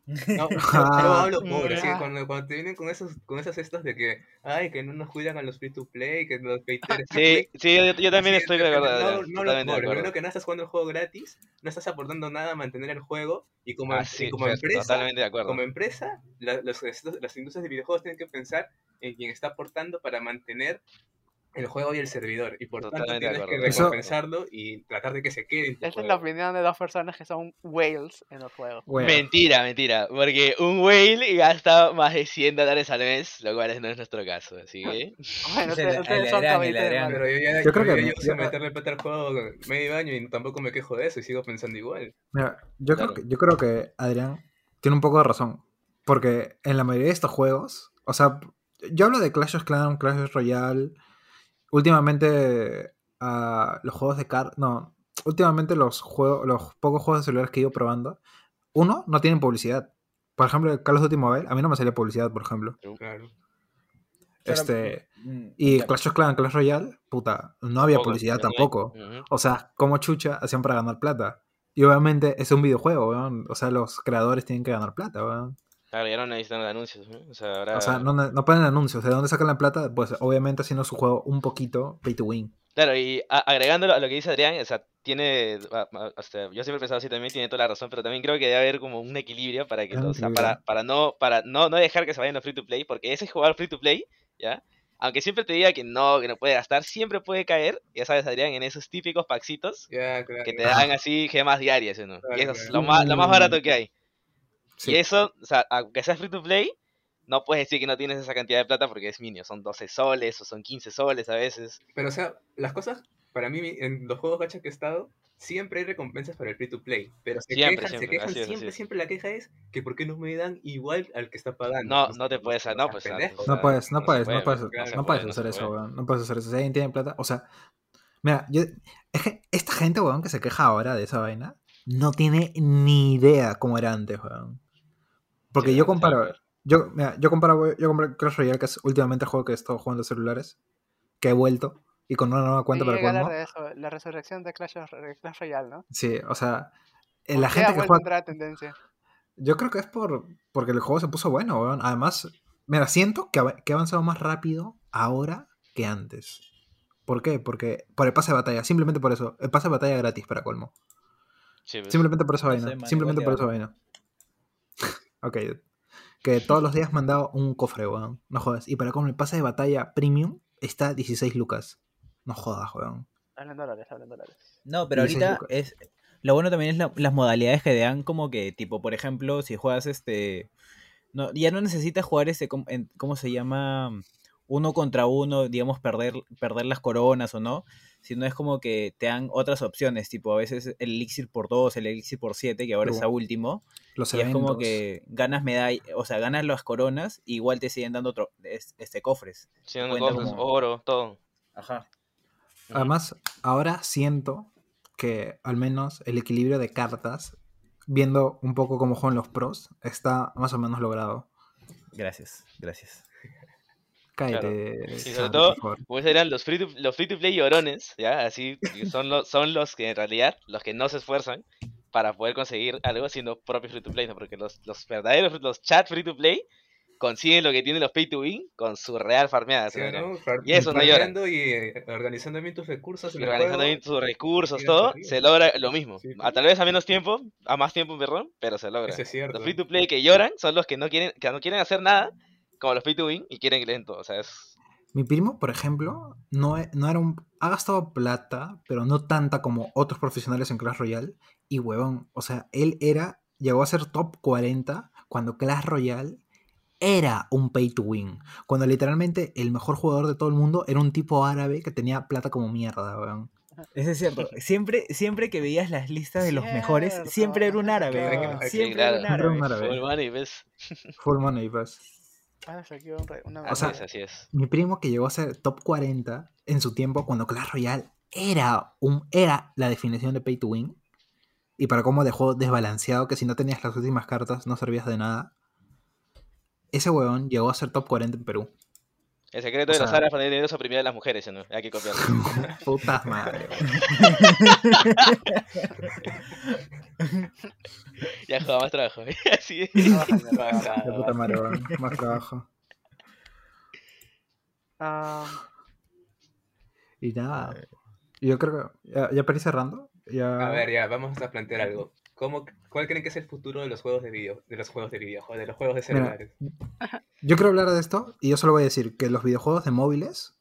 Speaker 4: No, yo,
Speaker 3: Ah.
Speaker 4: yo hablo por, así que
Speaker 2: Ah.
Speaker 4: cuando, cuando te vienen con esos, con esas estas de que, ay, que no nos cuidan a los free to play, que los haters.
Speaker 6: Sí, sí, yo, yo también
Speaker 4: Sí,
Speaker 6: estoy de
Speaker 4: depende-
Speaker 6: acuerdo.
Speaker 4: No, no
Speaker 6: Adrián,
Speaker 4: lo
Speaker 6: totalmente de
Speaker 4: cobres.
Speaker 6: acuerdo.
Speaker 4: Primero que nada estás jugando el juego gratis, no estás aportando nada a mantener el juego y como, em-
Speaker 6: Ah, sí,
Speaker 4: y como
Speaker 6: Fer,
Speaker 4: empresa,
Speaker 6: totalmente de acuerdo.
Speaker 4: como empresa la- los- estos- las industrias de videojuegos tienen que pensar en quien está aportando para mantener el juego y el servidor y por tanto
Speaker 6: Totalmente de
Speaker 4: tienes que
Speaker 6: acuerdo.
Speaker 3: Eso-
Speaker 4: recompensarlo y tratar de que se quede en tu
Speaker 2: Esa es
Speaker 4: juego.
Speaker 2: la opinión de dos personas que son whales en los juegos.
Speaker 3: Bueno.
Speaker 6: Mentira, mentira, porque un whale gasta más de 100 dólares al mes, lo cual no es nuestro caso, así que...
Speaker 2: Bueno,
Speaker 5: Es el-
Speaker 2: ustedes,
Speaker 5: el
Speaker 2: ustedes son
Speaker 5: Adrián, el
Speaker 2: caballitos de
Speaker 5: Adrián.
Speaker 2: mar.
Speaker 4: Ah, Pero yo ya
Speaker 3: Yo creo
Speaker 4: yo
Speaker 3: que
Speaker 4: ya
Speaker 3: me-
Speaker 4: llevo sin
Speaker 3: yo-
Speaker 4: meterle plata al juego medio año y tampoco me quejo de eso y sigo pensando igual.
Speaker 3: Mira, yo,
Speaker 6: Claro.
Speaker 3: creo que, yo creo que Adrián tiene un poco de razón. Porque en la mayoría de estos juegos, O sea, yo hablo de Clash of Clans, Clash of Royale. Últimamente ah, los juegos de car... No, últimamente los, juegos, los pocos juegos de celulares que he ido probando, uno, no tienen publicidad. Por ejemplo, el Call of Duty Mobile, a mí no me salía publicidad, por ejemplo.
Speaker 4: Claro.
Speaker 5: Claro.
Speaker 3: Este,
Speaker 5: Mm,
Speaker 3: y
Speaker 5: claro.
Speaker 3: Clash of Clans, Clash Royale, puta, no había
Speaker 6: Poco,
Speaker 3: publicidad
Speaker 6: pero no hay.
Speaker 3: tampoco.
Speaker 6: Ujú.
Speaker 3: O sea, como chucha hacían para ganar plata. Y obviamente es un videojuego, weón. O sea, los creadores tienen que ganar plata, weón.
Speaker 6: Claro, ya no necesitan los anuncios. ¿no? O sea, ahora...
Speaker 3: O sea, no, no ponen anuncios. ¿De dónde sacan la plata? Pues obviamente haciendo su juego un poquito pay to win.
Speaker 6: Claro, y a- agregándolo a lo que dice Adrián, o sea, tiene, a- a- o sea, yo siempre he pensado así también, tiene toda la razón, pero también creo que debe haber como un equilibrio para que,
Speaker 3: Hay un
Speaker 6: lo- o sea,
Speaker 3: equilibrio.
Speaker 6: para, para no, para no, no dejar que se vayan los free to play, porque ese jugador free to play, ¿ya? Aunque siempre te diga que no, que no puede gastar, siempre puede caer, ya sabes, Adrián, en esos típicos paxitos
Speaker 4: Ya, claro.
Speaker 6: que te dan así gemas diarias, ¿no? Y
Speaker 4: Claro,
Speaker 6: eso es
Speaker 4: claro.
Speaker 6: lo más, lo más barato que hay.
Speaker 3: Sí.
Speaker 6: Y eso, o sea, aunque sea free to play, no puedes decir que no tienes esa cantidad de plata porque es mínimo, son 12 soles o son 15 soles a veces.
Speaker 4: Pero, o sea, las cosas, para mí, en los juegos gacha que he estado, siempre hay recompensas para el free to play. Pero se
Speaker 6: Siempre,
Speaker 4: quejan,
Speaker 6: siempre,
Speaker 4: se quejan,
Speaker 6: así es, así
Speaker 4: siempre,
Speaker 6: es.
Speaker 4: siempre la queja es que por qué no me dan igual al que está pagando.
Speaker 6: No,
Speaker 4: Entonces,
Speaker 6: no te puedes,
Speaker 4: seas
Speaker 6: no, pues, no,
Speaker 4: pendejo.
Speaker 6: o sea,
Speaker 3: No puedes,
Speaker 6: no
Speaker 3: no
Speaker 6: se
Speaker 3: puedes,
Speaker 6: puede,
Speaker 3: no puedes,
Speaker 4: claro,
Speaker 6: se
Speaker 3: no
Speaker 6: puede,
Speaker 3: puedes
Speaker 6: no se
Speaker 3: hacer eso,
Speaker 6: puede.
Speaker 3: weón. No puedes hacer eso. Si alguien tiene plata, o sea, mira, yo, es que esta gente, weón, que se queja ahora de esa vaina, no tiene ni idea cómo era antes, weón. Porque
Speaker 6: Sí,
Speaker 3: yo
Speaker 6: antes era
Speaker 3: comparo,
Speaker 6: peor.
Speaker 3: yo, mira, yo comparo, yo compré Clash Royale, que es últimamente el juego que he estado jugando en celulares, que he vuelto, y con una nueva cuenta
Speaker 2: Oye,
Speaker 3: para
Speaker 2: llega a hablar
Speaker 3: colmo.
Speaker 2: de eso, la resurrección de Clash, of- de Clash Royale, ¿no?
Speaker 3: Sí, o sea, eh,
Speaker 2: ¿Por
Speaker 3: la
Speaker 2: qué
Speaker 3: gente
Speaker 2: ha
Speaker 3: que
Speaker 2: vuelto
Speaker 3: juega
Speaker 2: a entrar a tendencia?
Speaker 3: Yo creo que es por porque el juego se puso bueno, weón. Además, mira, siento que, av- que he avanzado más rápido ahora que antes. ¿Por qué? Porque por el pase de batalla, simplemente por eso. El pase de batalla gratis para colmo.
Speaker 6: Sí, pues.
Speaker 3: Simplemente por esa
Speaker 5: No
Speaker 3: vaina.
Speaker 5: sé, man,
Speaker 3: simplemente por esa
Speaker 5: igual
Speaker 3: vaina. ok. Que todos los días me han dado un cofre, weón. No jodas. Y para colmo, el pase de batalla premium está a 16 lucas. No jodas, weón.
Speaker 2: Hablan en dólares, hablan en dólares.
Speaker 5: No, pero
Speaker 3: Y dices,
Speaker 5: ahorita
Speaker 3: "Loco".
Speaker 5: es. Lo bueno también es la- las modalidades que te dan, como que, tipo, por ejemplo, si juegas este. No, ya no necesitas jugar ese. com- en- ¿Cómo se llama? Uno contra uno, digamos, perder, perder las coronas o no. Sino es como que te dan otras opciones, tipo, a veces el elixir por dos, el elixir por siete, que ahora
Speaker 3: True.
Speaker 5: está último.
Speaker 3: Los
Speaker 5: Y es como
Speaker 3: eventos.
Speaker 5: que ganas medalla, o sea, ganas las coronas, y igual te siguen dando otro, es- este, cofres.
Speaker 6: Sí, dando
Speaker 5: cuenta
Speaker 6: cofres,
Speaker 5: como-
Speaker 6: oro, todo.
Speaker 5: Ajá.
Speaker 6: Ujú.
Speaker 3: Además, ahora siento que al menos el equilibrio de cartas, viendo un poco cómo juegan los pros, está más o menos logrado.
Speaker 5: Gracias, gracias.
Speaker 3: Cállate.
Speaker 6: Sí, sobre
Speaker 3: Sandro,
Speaker 6: todo-
Speaker 3: por favor.
Speaker 6: Pues eran los free to, los free to play llorones, ¿ya? Así que son, los, son los que en realidad, los que no se esfuerzan para poder conseguir algo siendo propios free to play, ¿no? Porque los, los verdaderos, los chat free to play, consiguen lo que tienen los pay to win con su real farmeada.
Speaker 4: Sí,
Speaker 6: ¿no?
Speaker 4: ¿no? Far-
Speaker 6: Y eso no llora.
Speaker 4: farmeando y eh, organizando bien tus recursos. en el
Speaker 6: organizando
Speaker 4: juego.
Speaker 6: bien tus recursos,
Speaker 4: llegas
Speaker 6: todo,
Speaker 4: arriba.
Speaker 6: se logra lo mismo.
Speaker 4: Sí,
Speaker 6: A
Speaker 4: sí.
Speaker 6: tal vez a menos tiempo, a más tiempo, perdón, pero se logra.
Speaker 4: Eso es cierto.
Speaker 6: Los free to play que lloran son los que no quieren, que no quieren hacer nada, como los pay to win, y quieren que les den todo. O sea, es.
Speaker 3: Mi primo, por ejemplo, no, e- no era un. Ha gastado plata, pero no tanta como otros profesionales en Clash Royale. Y huevón, o sea, él era. Llegó a ser top 40 cuando Clash Royale era un pay to win. Cuando literalmente el mejor jugador de todo el mundo era un tipo árabe que tenía plata como mierda, weón.
Speaker 5: Eso es cierto. Siempre, siempre que veías las listas de los mejores,
Speaker 2: Cierto,
Speaker 5: siempre era un árabe.
Speaker 2: claro.
Speaker 5: weón.
Speaker 4: Sí,
Speaker 5: Siempre
Speaker 6: claro.
Speaker 5: era un
Speaker 3: Siempre era un
Speaker 5: árabe.
Speaker 3: árabe.
Speaker 6: full money, ¿ves?
Speaker 3: Full money, pues.
Speaker 2: Ah, se aquí un re- una
Speaker 6: Así
Speaker 3: sea,
Speaker 6: es, así es.
Speaker 3: Mi primo que llegó a ser top 40 en su tiempo cuando Clash Royale era, un, era la definición de pay to win. Y para cómo dejó desbalanceado que si no tenías las últimas cartas no servías de nada. Ese weón llegó a ser top 40 en Perú.
Speaker 6: El secreto
Speaker 3: o
Speaker 6: de los
Speaker 3: sea-
Speaker 6: árabes para dinero es oprimir a las mujeres, ¿no? Hay que copiarlo.
Speaker 3: Puta madre. weón.
Speaker 6: ya jugaba más trabajo. así es.
Speaker 3: La puta madre, weón. Más trabajo.
Speaker 2: Ah,
Speaker 3: Y nada. Yo creo que. ¿Ya, ya para ir cerrando? Ya...
Speaker 4: A ver, ya, vamos a plantear algo. ¿Cómo, ¿Cuál creen que es el futuro de los juegos de video, de los juegos de videojuegos, de los juegos de
Speaker 3: Mira,
Speaker 4: celulares?
Speaker 3: yo quiero hablar de esto y yo solo voy a decir que los videojuegos de móviles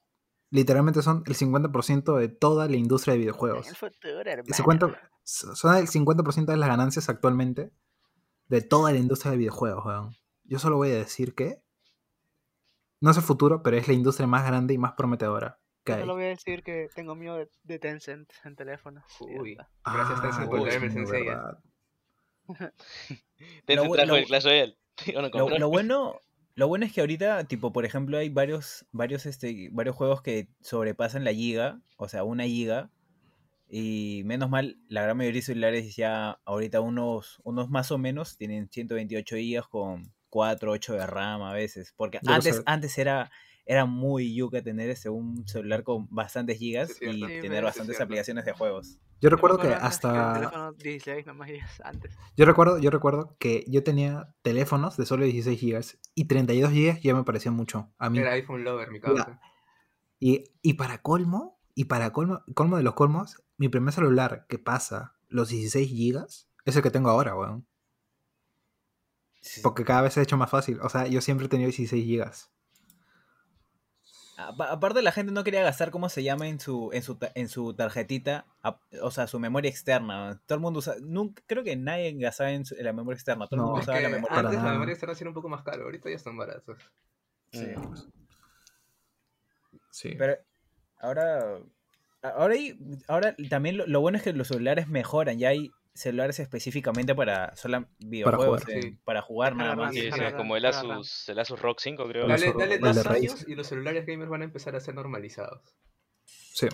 Speaker 3: literalmente son el 50% de toda la industria de videojuegos.
Speaker 2: el futuro, hermano.
Speaker 3: El 50 so- son el 50% de las ganancias actualmente de toda la industria de videojuegos, weón. Yo solo voy a decir que no es el futuro, pero es la industria más grande y más prometedora que
Speaker 2: Yo
Speaker 3: hay.
Speaker 2: solo voy a decir que tengo miedo de, de Tencent en teléfonos. y ya
Speaker 4: Uy.
Speaker 2: está.
Speaker 4: Gracias, Tencent, por
Speaker 3: uy,
Speaker 4: traerme
Speaker 3: sí,
Speaker 4: Sensei, ¿eh?
Speaker 3: Ah, verdad.
Speaker 6: Tencent
Speaker 5: bu-
Speaker 6: trajo
Speaker 5: lo
Speaker 6: el
Speaker 5: bu-
Speaker 6: Clash Royale. Bueno,
Speaker 5: Lo,
Speaker 6: compró.
Speaker 5: lo bueno, Lo bueno es que ahorita, tipo, por ejemplo, hay varios, varios, este, varios juegos que sobrepasan la giga, o sea, una giga. Y menos mal, la gran mayoría de celulares ya ahorita unos, unos más o menos tienen 128 gigas con 4, 8 de RAM a veces. Porque
Speaker 3: Yo lo
Speaker 5: antes,
Speaker 3: sé.
Speaker 5: antes era, era muy yuca tener ese, un celular con bastantes gigas
Speaker 4: Sí,
Speaker 5: y
Speaker 4: cierto.
Speaker 2: Sí,
Speaker 5: tener
Speaker 2: sí,
Speaker 5: bastantes
Speaker 4: cierto.
Speaker 5: aplicaciones de juegos.
Speaker 3: Yo recuerdo que
Speaker 2: me acuerdo antes El
Speaker 3: hasta...
Speaker 2: teléfono 16 nomás y es antes.
Speaker 3: Yo recuerdo, yo recuerdo que yo tenía teléfonos de solo 16 GB y 32 GB ya me parecía mucho a mí.
Speaker 4: Era iPhone Lover, mi causa.
Speaker 3: Y, y para colmo, y para colmo, colmo de los colmos, mi primer celular que pasa los 16 GB es el que tengo ahora, weón. Porque cada vez se ha hecho más fácil. O sea, yo siempre he tenido 16 GB.
Speaker 5: Apa- Aparte la gente no quería gastar cómo se llama en su en su ta- en su tarjetita, ap- o sea, su memoria externa. Todo el mundo usa, nunca creo que nadie gastaba en, su- en la memoria externa, todo el
Speaker 3: No,
Speaker 5: mundo
Speaker 4: Es que
Speaker 5: usaba la memoria.
Speaker 3: para
Speaker 4: antes la
Speaker 3: nada.
Speaker 4: memoria externa era un poco más caro, ahorita ya están baratos.
Speaker 3: Mm.
Speaker 5: Sí.
Speaker 3: Sí.
Speaker 5: Pero ahora ahora hay- ahora también lo, lo bueno es que los celulares mejoran, ya hay celulares específicamente para sola videojuegos, en- para
Speaker 4: jugar.
Speaker 5: jugar,
Speaker 4: Sí.
Speaker 5: nada
Speaker 2: Dejar la
Speaker 5: más.
Speaker 2: Sí,
Speaker 6: Sí,
Speaker 2: sí,
Speaker 6: sí,
Speaker 2: verdad,
Speaker 6: como el
Speaker 2: es verdad.
Speaker 6: Asus, el Asus Rock 5, creo.
Speaker 4: Dale,
Speaker 3: Los-
Speaker 4: dale
Speaker 3: los de
Speaker 4: dos
Speaker 3: Razer.
Speaker 4: años y los celulares gamers van a empezar a ser normalizados.
Speaker 3: Sí.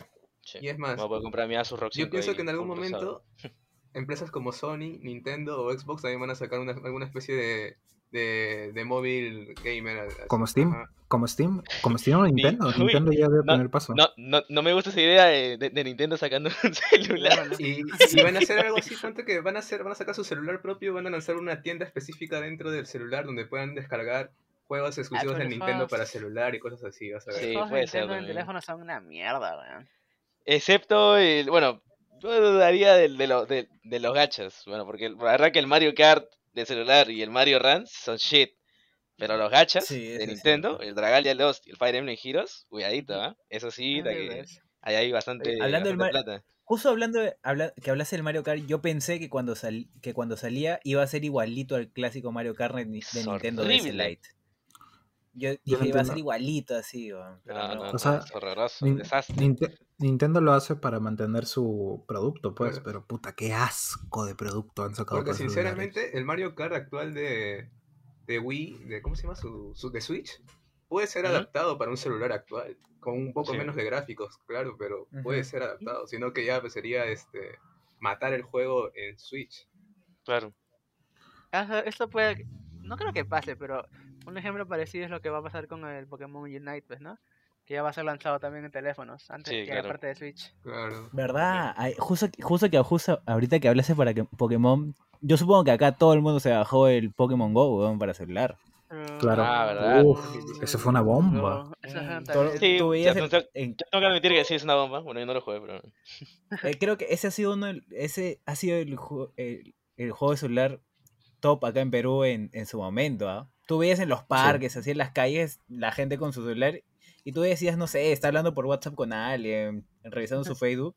Speaker 6: Sí.
Speaker 4: Y es
Speaker 6: Me
Speaker 4: más,
Speaker 6: Voy a poder comprar mi Asus Rock 5.
Speaker 4: yo pienso
Speaker 6: ahí,
Speaker 4: que en algún
Speaker 6: full procesado.
Speaker 4: momento empresas como Sony, Nintendo o Xbox también van a sacar una- alguna especie de, de, de móvil gamer. así.
Speaker 3: Como Steam.
Speaker 4: Ajá.
Speaker 3: Como Steam, como Steam o Nintendo.
Speaker 6: uy,
Speaker 3: Nintendo ya debe
Speaker 6: no,
Speaker 3: poner paso.
Speaker 6: No, no, no me gusta esa idea de, de- de Nintendo sacando un celular.
Speaker 2: Bueno,
Speaker 4: Y, y van a hacer algo así, tanto que van a, hacer, van a sacar su celular propio, van a lanzar una tienda específica dentro del celular donde puedan descargar juegos exclusivos de
Speaker 2: pero
Speaker 4: Nintendo
Speaker 2: fast.
Speaker 4: para celular y cosas así, vas a ver.
Speaker 6: Sí,
Speaker 2: Los juegos de
Speaker 6: puede
Speaker 2: Nintendo
Speaker 6: ser eh.
Speaker 2: en
Speaker 6: también.
Speaker 2: teléfono son una mierda, weón.
Speaker 6: Excepto el. Bueno, yo dudaría del- de, lo- de- de los gachas. Bueno, porque el- la verdad que el Mario Kart de celular y el Mario Run son shit. Pero los gachas
Speaker 5: Sí, eso
Speaker 6: de
Speaker 5: es
Speaker 6: Nintendo,
Speaker 5: cierto.
Speaker 6: el Dragalia Lost y el Fire Emblem Heroes, cuidadito, ¿ah? Eso este, sí,
Speaker 2: Es
Speaker 6: de
Speaker 2: verdad
Speaker 6: que
Speaker 2: eso.
Speaker 6: ahí hay bastante,
Speaker 5: Hablando del
Speaker 6: bastante
Speaker 5: Mar-
Speaker 6: plata.
Speaker 5: Justo hablando de, habla- que hablase del Mario Kart, yo pensé que cuando sal- que cuando salía iba a ser igualito al clásico Mario Kart de, Ni-
Speaker 6: Es
Speaker 5: de Nintendo DS
Speaker 6: horrible.
Speaker 5: Lite. Yo dije
Speaker 3: Yo no
Speaker 5: iba a
Speaker 3: entiendo.
Speaker 5: ser igualito así, weón, pero
Speaker 6: No,
Speaker 5: no.
Speaker 6: Ah, no,
Speaker 3: O sea,
Speaker 6: es horroroso, un
Speaker 3: Nin-
Speaker 6: desastre.
Speaker 3: Ninte- Nintendo lo hace para mantener su producto, pues,
Speaker 4: Claro.
Speaker 3: pero puta, qué asco de producto han sacado.
Speaker 4: Porque
Speaker 3: para celulares.
Speaker 4: sinceramente, el Mario Kart actual de, de Wii, de, ¿cómo se llama? Su, su- de Switch, puede ser
Speaker 6: Ujú.
Speaker 4: adaptado para un celular actual, con un poco
Speaker 6: Sí.
Speaker 4: menos de gráficos, claro, pero puede
Speaker 5: Ujú.
Speaker 4: ser adaptado, sino que ya pues, sería este matar el juego en Switch.
Speaker 6: Claro.
Speaker 2: Ajá, Esto puede. No creo que pase, pero un ejemplo parecido es lo que va a pasar con el Pokémon Unite, pues, ¿no? Que ya va a ser lanzado también en teléfonos, antes
Speaker 6: Sí,
Speaker 2: que
Speaker 6: claro.
Speaker 2: aparte de Switch.
Speaker 4: Claro.
Speaker 5: ¿Verdad? Ay, justo, justo que justo ahorita que hablaste para que Pokémon, yo supongo que acá todo el mundo se bajó el Pokémon Go weón, para celular.
Speaker 3: Claro.
Speaker 6: Ah, ¿verdad?
Speaker 3: Uf, eso fue una bomba.
Speaker 2: No, eso fue
Speaker 6: Mm,
Speaker 2: también-
Speaker 6: Sí,
Speaker 5: Tú
Speaker 6: o sea,
Speaker 5: veías el-
Speaker 6: tengo- tengo-
Speaker 5: en-
Speaker 6: Yo tengo que admitir que sí es una bomba. Bueno, yo no lo jugué, pero.
Speaker 5: eh, creo que ese ha sido uno, del- ese ha sido el, ju- el, el juego de celular top acá en Perú en, en su momento. ¿ah? Tú veías en los parques, así en las calles, la gente con su celular y tú decías, no sé, está hablando por WhatsApp con alguien, revisando su Facebook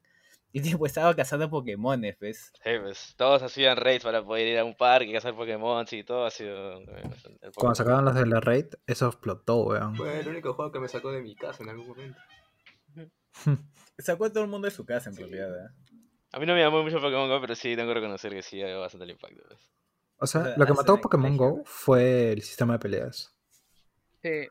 Speaker 5: y tipo estaba cazando Pokémones, ¿ves?
Speaker 6: Sí, pues, todos hacían raids para poder ir a un parque y cazar Pokémon y todo ha sido. eh, el Pokémon.
Speaker 3: Cuando sacaron los de la raid, eso explotó, weón.
Speaker 4: Fue el único juego que me sacó de mi casa en algún momento.
Speaker 5: Sacó a todo el mundo de su casa en realidad. ¿ah?
Speaker 6: A mí no me llamó mucho Pokémon Go, pero sí tengo que reconocer que sí ha bastante el impacto. pues.
Speaker 3: O
Speaker 5: O
Speaker 3: sea,
Speaker 5: sea,
Speaker 3: lo que
Speaker 5: hace
Speaker 3: mató
Speaker 5: una
Speaker 3: a Pokémon
Speaker 5: estrategia.
Speaker 3: Go fue el sistema de peleas.
Speaker 2: Sí,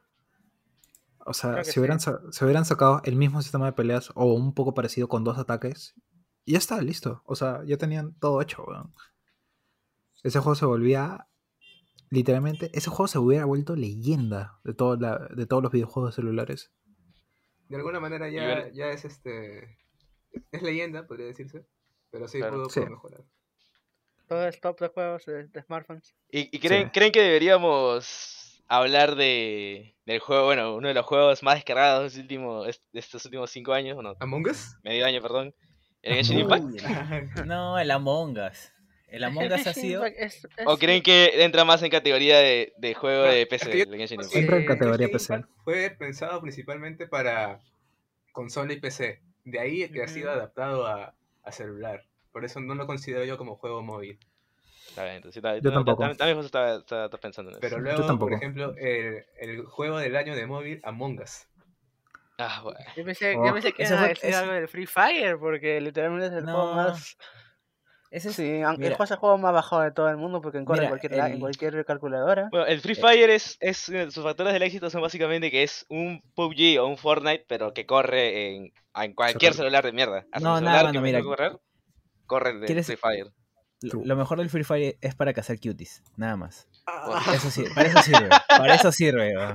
Speaker 3: O sea,
Speaker 2: Creo que
Speaker 3: si hubieran, sa- si hubieran sacado el mismo sistema de peleas o un poco parecido con dos ataques, y ya está, listo. O sea, ya tenían todo hecho, weón. Ese juego se volvía. Literalmente, ese juego se hubiera vuelto leyenda de, todo la- de todos los videojuegos celulares.
Speaker 4: De alguna manera
Speaker 6: Y
Speaker 4: ya,
Speaker 6: ver-
Speaker 4: ya es este. Es leyenda, podría decirse. Pero sí
Speaker 6: Claro.
Speaker 4: pudo,
Speaker 3: Sí.
Speaker 4: pudo mejorar.
Speaker 2: todo es top de juegos de, de smartphones.
Speaker 6: ¿Y, y creen, creen que deberíamos hablar de, del juego, bueno, uno de los juegos más descargados de los últimos- est- de estos últimos cinco años, bueno,
Speaker 4: ¿Among Us?
Speaker 6: medio año, perdón? ¿El Genshin
Speaker 3: Among
Speaker 6: Impact?
Speaker 5: Uy, el- no, el Among Us. El Among Us ha
Speaker 2: Genshin
Speaker 5: sido.
Speaker 2: Impact es-
Speaker 6: ¿O
Speaker 2: es-
Speaker 6: creen que entra más en categoría de, de juego
Speaker 4: No,
Speaker 6: de
Speaker 4: es
Speaker 6: PC,
Speaker 4: que yo-
Speaker 6: el Genshin Impact?
Speaker 4: Sí,
Speaker 3: Entra en
Speaker 2: Eh,
Speaker 3: categoría
Speaker 4: Genshin
Speaker 3: PC.
Speaker 4: Impact Fue pensado principalmente para consola y PC. De ahí es que ha sido
Speaker 2: Ujú.
Speaker 4: adaptado a, a celular. Por eso no lo considero yo como juego móvil.
Speaker 6: Está bien, entonces, está-
Speaker 3: Yo
Speaker 6: no, no,
Speaker 3: tampoco.
Speaker 6: También también justo estaba, estaba- estaba pensando en eso.
Speaker 4: Pero
Speaker 3: Yo
Speaker 4: luego,
Speaker 3: tampoco.
Speaker 4: por ejemplo, el, el juego del año de móvil, Among Us.
Speaker 6: Ah, bueno.
Speaker 2: Yo pensé,
Speaker 3: Oh.
Speaker 2: yo pensé que
Speaker 5: Ese
Speaker 2: iban a
Speaker 5: fue-
Speaker 2: decir
Speaker 5: ese-
Speaker 2: algo del Free Fire, porque literalmente es el juego
Speaker 5: No.
Speaker 2: más.
Speaker 5: Ese es-
Speaker 2: Sí, aunque
Speaker 5: mira.
Speaker 2: es el juego más bajado de todo el mundo porque corre en
Speaker 5: Mira,
Speaker 2: cualquier, la- en
Speaker 5: el-
Speaker 2: cualquier calculadora.
Speaker 6: Bueno, el Free Fire es, es, eh, sus factores del éxito son básicamente que es un PUBG o un Fortnite, pero que corre en, en cualquier celular de mierda. Hasta
Speaker 5: No,
Speaker 6: mi
Speaker 5: nada,
Speaker 6: celular
Speaker 5: mano,
Speaker 6: que me
Speaker 5: mira.
Speaker 6: puede correr, corre el de
Speaker 5: ¿Quieres-
Speaker 6: Free Fire.
Speaker 5: lo lo mejor del Free Fire es para cazar cuties, nada más.
Speaker 6: Ah.
Speaker 5: Eso sí- para eso sirve, para eso sirve. weón.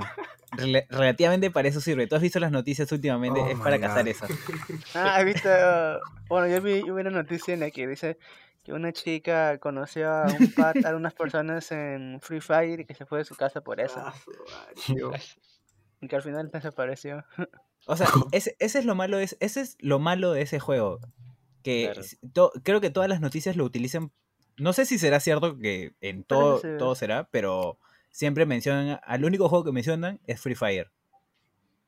Speaker 5: Rela- relativamente para eso sirve. Tú has visto las noticias últimamente,
Speaker 3: Oh
Speaker 5: es
Speaker 3: my
Speaker 5: para
Speaker 3: God.
Speaker 5: cazar esas.
Speaker 2: Ah, he visto. Bueno, yo vi, yo vi una noticia en la que dice que una chica conoció a un pata, a unas personas en Free Fire y que se fue de su casa por eso.
Speaker 4: Ah, su madre.
Speaker 2: Y que al final desapareció.
Speaker 5: O sea, ese, ese es lo malo, es, ese es lo malo de ese juego. Que
Speaker 6: Claro.
Speaker 5: s- to- creo que todas las noticias lo utilizan. No sé si será cierto que en todo,
Speaker 2: Parece.
Speaker 5: todo será, pero siempre mencionan. Al único juego que mencionan es Free Fire.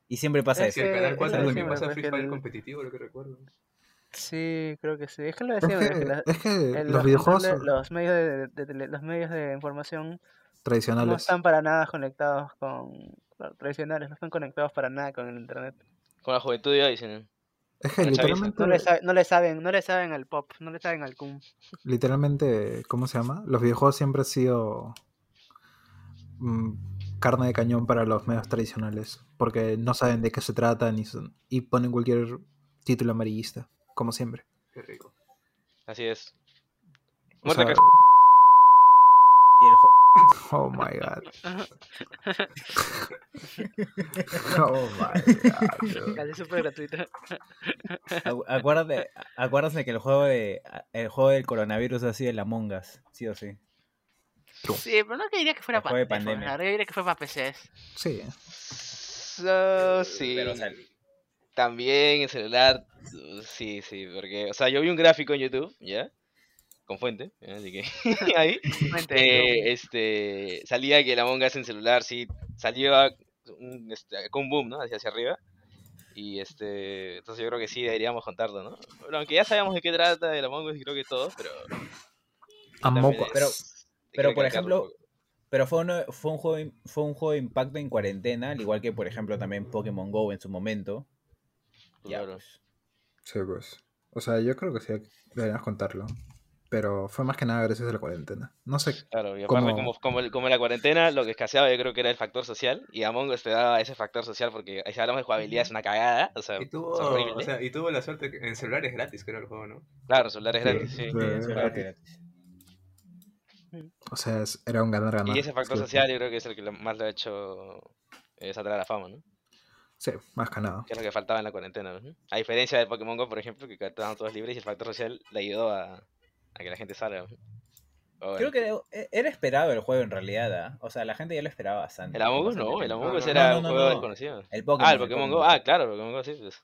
Speaker 5: Y siempre pasa
Speaker 2: Es
Speaker 5: eso.
Speaker 4: Sí, el
Speaker 2: que-
Speaker 4: canal 4
Speaker 5: es lo
Speaker 4: también
Speaker 5: mismo,
Speaker 4: pasa
Speaker 2: pues,
Speaker 4: Free
Speaker 2: que
Speaker 4: Fire
Speaker 2: el-
Speaker 4: competitivo, lo que recuerdo.
Speaker 2: Sí, creo que sí. Es que lo
Speaker 3: Pero
Speaker 2: decían.
Speaker 3: es
Speaker 2: es que la-
Speaker 3: que, es que
Speaker 2: el-
Speaker 3: los videojuegos
Speaker 2: controles- los medios de, de tele- los medios de información no
Speaker 3: tradicionales.
Speaker 2: están para nada conectados con los tradicionales, no están conectados para nada con el internet.
Speaker 6: Con la juventud de hoy, sí, ¿no?
Speaker 3: Es que
Speaker 6: la chaviza.
Speaker 3: literalmente,
Speaker 2: No le, sa- no le saben, no le saben al pop, no le saben al cum.
Speaker 3: literalmente, ¿cómo se llama? Los videojuegos siempre han sido mm, carne de cañón para los medios tradicionales, porque no saben de qué se trata ni son- y ponen cualquier título amarillista, como siempre.
Speaker 4: Qué rico.
Speaker 6: Así es.
Speaker 3: O
Speaker 6: Muerta
Speaker 3: sea,
Speaker 6: ca-
Speaker 5: Y el ju-
Speaker 3: Oh my god. Oh my god.
Speaker 2: Casi súper gratuito.
Speaker 5: acu- acuérdate, acuérdate que el juego de el juego del coronavirus ha sido el Among Us, sí o sí.
Speaker 2: Sí, pero no que diría que fuera
Speaker 5: El juego de
Speaker 2: para pandemia.
Speaker 5: pandemia.
Speaker 2: yo diría que fue para PCs.
Speaker 3: Sí.
Speaker 6: So, sí.
Speaker 5: Pero, o sea,
Speaker 6: También el celular, uh, sí, sí, porque, o sea, yo vi un gráfico en YouTube, ¿ya? Con fuente, ¿ya? así que ahí,
Speaker 2: Mente,
Speaker 6: eh, este, salía que la Among Us en celular, sí, salía un, este, con un boom, ¿no? Hacia, hacia arriba. Y este, entonces yo creo que sí, deberíamos contarlo, ¿no? Pero aunque ya sabemos de qué trata el Among Us, y creo que todos, pero...
Speaker 3: Among
Speaker 6: también
Speaker 3: Us.
Speaker 5: Pero-
Speaker 6: es- hay que
Speaker 5: pero, por
Speaker 6: recalcarlo un
Speaker 5: ejemplo, Pero fue, uno- fue, un juego, de- fue un juego de impacto en cuarentena, al igual que, por ejemplo, también Pokémon Go en su momento.
Speaker 6: poco,
Speaker 5: Ya,
Speaker 6: claro.
Speaker 5: pues.
Speaker 3: Sí, pues. O sea, yo creo que sí deberíamos contarlo. Pero fue más que nada gracias a la cuarentena. No sé.
Speaker 6: Claro, y aparte,
Speaker 3: Como-
Speaker 6: como, como, el- como en la cuarentena, lo que escaseaba yo creo que era el factor social. Y Among Us te daba ese factor social porque ahí si hablamos de jugabilidad, es una cagada. O sea,
Speaker 4: Y
Speaker 6: es
Speaker 4: tuvo,
Speaker 6: horrible.
Speaker 4: o sea, y tuvo la suerte que en celulares gratis, creo, el juego, ¿no?
Speaker 6: claro, celulares gratis, sí.
Speaker 5: Sí, eso era
Speaker 3: claro.
Speaker 5: gratis.
Speaker 3: O sea, es- era un ganar-ganar.
Speaker 6: Y ese factor
Speaker 3: sí.
Speaker 6: social yo creo que es el que lo- más lo ha hecho eh, saltar a la fama, ¿no?
Speaker 3: Sí, más que nada.
Speaker 6: Que es lo que faltaba en la cuarentena, ¿no? A diferencia del Pokémon GO, por ejemplo, que estaban todos libres y el factor social le ayudó a, a que la gente salga. ¿no? Pero bueno,
Speaker 5: Creo que era, era esperado el juego en realidad, ¿ah? o sea, la gente ya lo esperaba bastante.
Speaker 6: El Among Us
Speaker 5: bastante
Speaker 6: no, el
Speaker 5: tiempo.
Speaker 6: Among
Speaker 4: No,
Speaker 6: Us
Speaker 4: no,
Speaker 6: era
Speaker 5: no,
Speaker 6: un
Speaker 5: no,
Speaker 6: juego
Speaker 5: no.
Speaker 6: desconocido.
Speaker 5: El Pokémon,
Speaker 6: Ah, el Pokémon GO, ah, claro, el Pokémon GO sí. pues.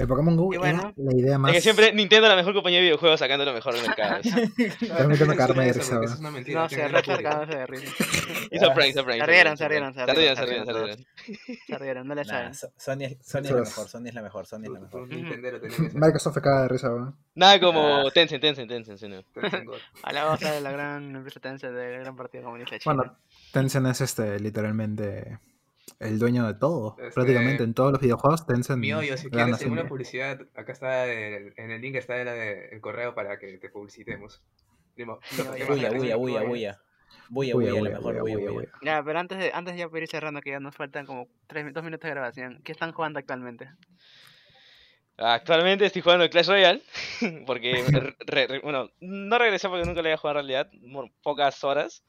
Speaker 3: El Pokémon Go
Speaker 2: Y
Speaker 3: era
Speaker 2: bueno.
Speaker 3: la idea más.
Speaker 6: Es que siempre Nintendo es la mejor compañía de videojuegos sacando lo mejor del mercado. ¿sí?
Speaker 3: Permíteme
Speaker 4: Eso
Speaker 3: cagarme de
Speaker 4: es
Speaker 3: risa,
Speaker 4: porque
Speaker 3: ¿verdad?
Speaker 4: eso es una mentira.
Speaker 2: No,
Speaker 4: tiene
Speaker 2: se
Speaker 4: que ver
Speaker 2: rechazan
Speaker 4: público.
Speaker 2: cagándose de risa.
Speaker 6: Hizo prank, hizo prank.
Speaker 2: Se
Speaker 6: hizo
Speaker 2: rieron,
Speaker 6: prank,
Speaker 2: se rieron,
Speaker 6: hizo
Speaker 2: se
Speaker 6: prank.
Speaker 2: rieron,
Speaker 6: Se rieron, se rieron, se
Speaker 2: Se rieron, no le
Speaker 5: Nah,
Speaker 2: saben.
Speaker 5: So- Sony, es- Sony es la
Speaker 3: Tras.
Speaker 5: mejor, Sony es la mejor, Sony es la
Speaker 4: Tú- tú-
Speaker 5: mejor.
Speaker 4: tú Nintendo lo tenía que hacer.
Speaker 3: Microsoft se caga de risa, ¿verdad?
Speaker 6: Nada como Tencent, Tencent, Tencent, sí, no.
Speaker 4: Tú eres un god.
Speaker 2: Alabamos a la gran empresa Tencent del gran partido comunista chino.
Speaker 3: Bueno, Tencent es este, literalmente. El dueño de todo.
Speaker 4: Este-
Speaker 3: Prácticamente en todos los videojuegos, Tencent.
Speaker 4: Mi hoyo, si
Speaker 3: gana
Speaker 4: quieres alguna
Speaker 3: siempre.
Speaker 4: publicidad, acá está el- en el link está el, el correo para que te publicitemos. Primo,
Speaker 2: Bulla,
Speaker 4: ¿qué más
Speaker 5: Bulla,
Speaker 4: tenemos?
Speaker 5: bulla, bulla, bulla. Bulla, bulla, la mejor, bulla, bulla.
Speaker 2: Ya, pero antes de, antes de ya poder ir cerrando, que ya nos faltan como tres, mi- dos minutos de grabación. ¿Qué están jugando actualmente?
Speaker 6: Actualmente estoy jugando el Clash Royale. Porque, re- re- bueno, no regresé porque nunca lo había jugado en realidad. mo- Pocas horas.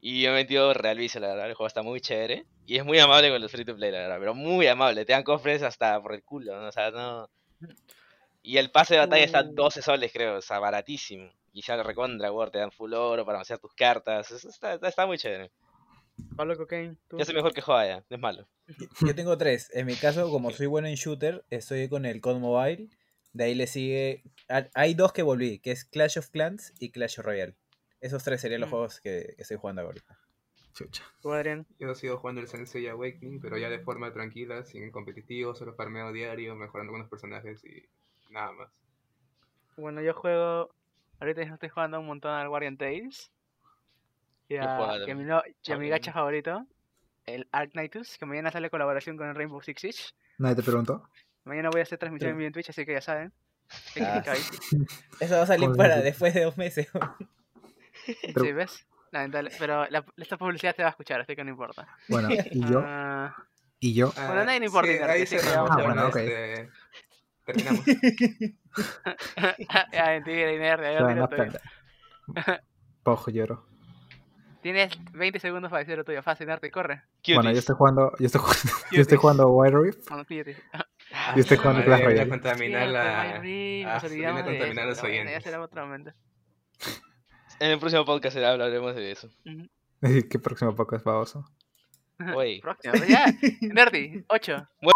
Speaker 6: Y me he metido real vicio, la verdad. El juego está muy chévere. Y es muy amable con los free to play, la verdad. Pero muy amable. Te dan cofres hasta por el culo. ¿no? O sea, no. Y el pase de batalla está a
Speaker 2: Uh.
Speaker 6: 12 soles, creo. O sea, baratísimo. Y ya lo recontra, weón, Te dan full oro para hacer tus cartas. eso Está, está- está muy chévere.
Speaker 2: Pablo Cocaine, tú.
Speaker 6: Ya soy mejor que Joda ya. No es malo.
Speaker 5: Yo tengo tres. En mi caso, como soy bueno en shooter, estoy con el COD Mobile. De ahí le sigue. ah, Hay dos que volví, que es Clash of Clans y Clash Royale. Esos tres serían los
Speaker 2: Mm.
Speaker 5: juegos que, que estoy jugando ahorita.
Speaker 3: Chucha.
Speaker 2: Tú, Adrián.
Speaker 4: Yo sigo jugando el Sensei Awakening, pero ya de forma tranquila, sin competitivo, solo farmeo diario, mejorando algunos personajes y nada más.
Speaker 2: Bueno, yo juego. Ahorita mismo estoy jugando un montón al Guardian Tales. Y
Speaker 6: Yo juego
Speaker 2: a,
Speaker 6: al
Speaker 2: y a mi, no- y a mi
Speaker 6: Shovel
Speaker 2: gacha
Speaker 6: Knight.
Speaker 2: favorito, el Arknightus, que mañana sale colaboración con el Rainbow Six Siege.
Speaker 3: Nadie te preguntó.
Speaker 2: Mañana voy a hacer transmisión en vivo en Twitch, así que ya saben. Significa ahí.
Speaker 5: Eso va a salir
Speaker 3: Joder.
Speaker 5: para después de dos meses.
Speaker 3: Pero-
Speaker 2: Sí, ¿ves? Lamentable. Pero la- esta publicidad te va a escuchar, así que no importa.
Speaker 3: Bueno, y yo,
Speaker 2: Ah,
Speaker 3: y yo,
Speaker 4: Ah,
Speaker 2: Bueno, nadie le importa,
Speaker 4: sí,
Speaker 2: Iker,
Speaker 4: ahí
Speaker 2: así que
Speaker 4: cerramos,
Speaker 3: vamos a
Speaker 4: bueno,
Speaker 3: hablar.
Speaker 4: este, Terminamos.
Speaker 2: ya, mentira, Iner, ya,
Speaker 3: o sea,
Speaker 2: dilo
Speaker 3: no,
Speaker 2: tuyo.
Speaker 3: espera. Pojo, lloro.
Speaker 2: Tienes 20 segundos para decir lo tuyo. Fácil, Iner, te corre.
Speaker 3: Bueno, yo
Speaker 6: Cuties.
Speaker 3: estoy jugando, yo estoy jugando, yo estoy jugando Wild Rift
Speaker 2: Bueno, fíjate.
Speaker 3: y estoy jugando
Speaker 4: Ah, Madre,
Speaker 3: Clash
Speaker 4: viene a
Speaker 3: Royale.
Speaker 4: contaminar la...
Speaker 2: Nos
Speaker 4: ah, se viene a
Speaker 2: olvidamos de eso,
Speaker 4: contaminar los
Speaker 2: pero bueno, Ya
Speaker 4: oyentes.
Speaker 2: será otro momento.
Speaker 6: En el próximo podcast será- hablaremos de eso.
Speaker 3: ¿Qué próximo poco es baboso?
Speaker 6: Oye.
Speaker 2: Próximo, ya. Nerdy, 8.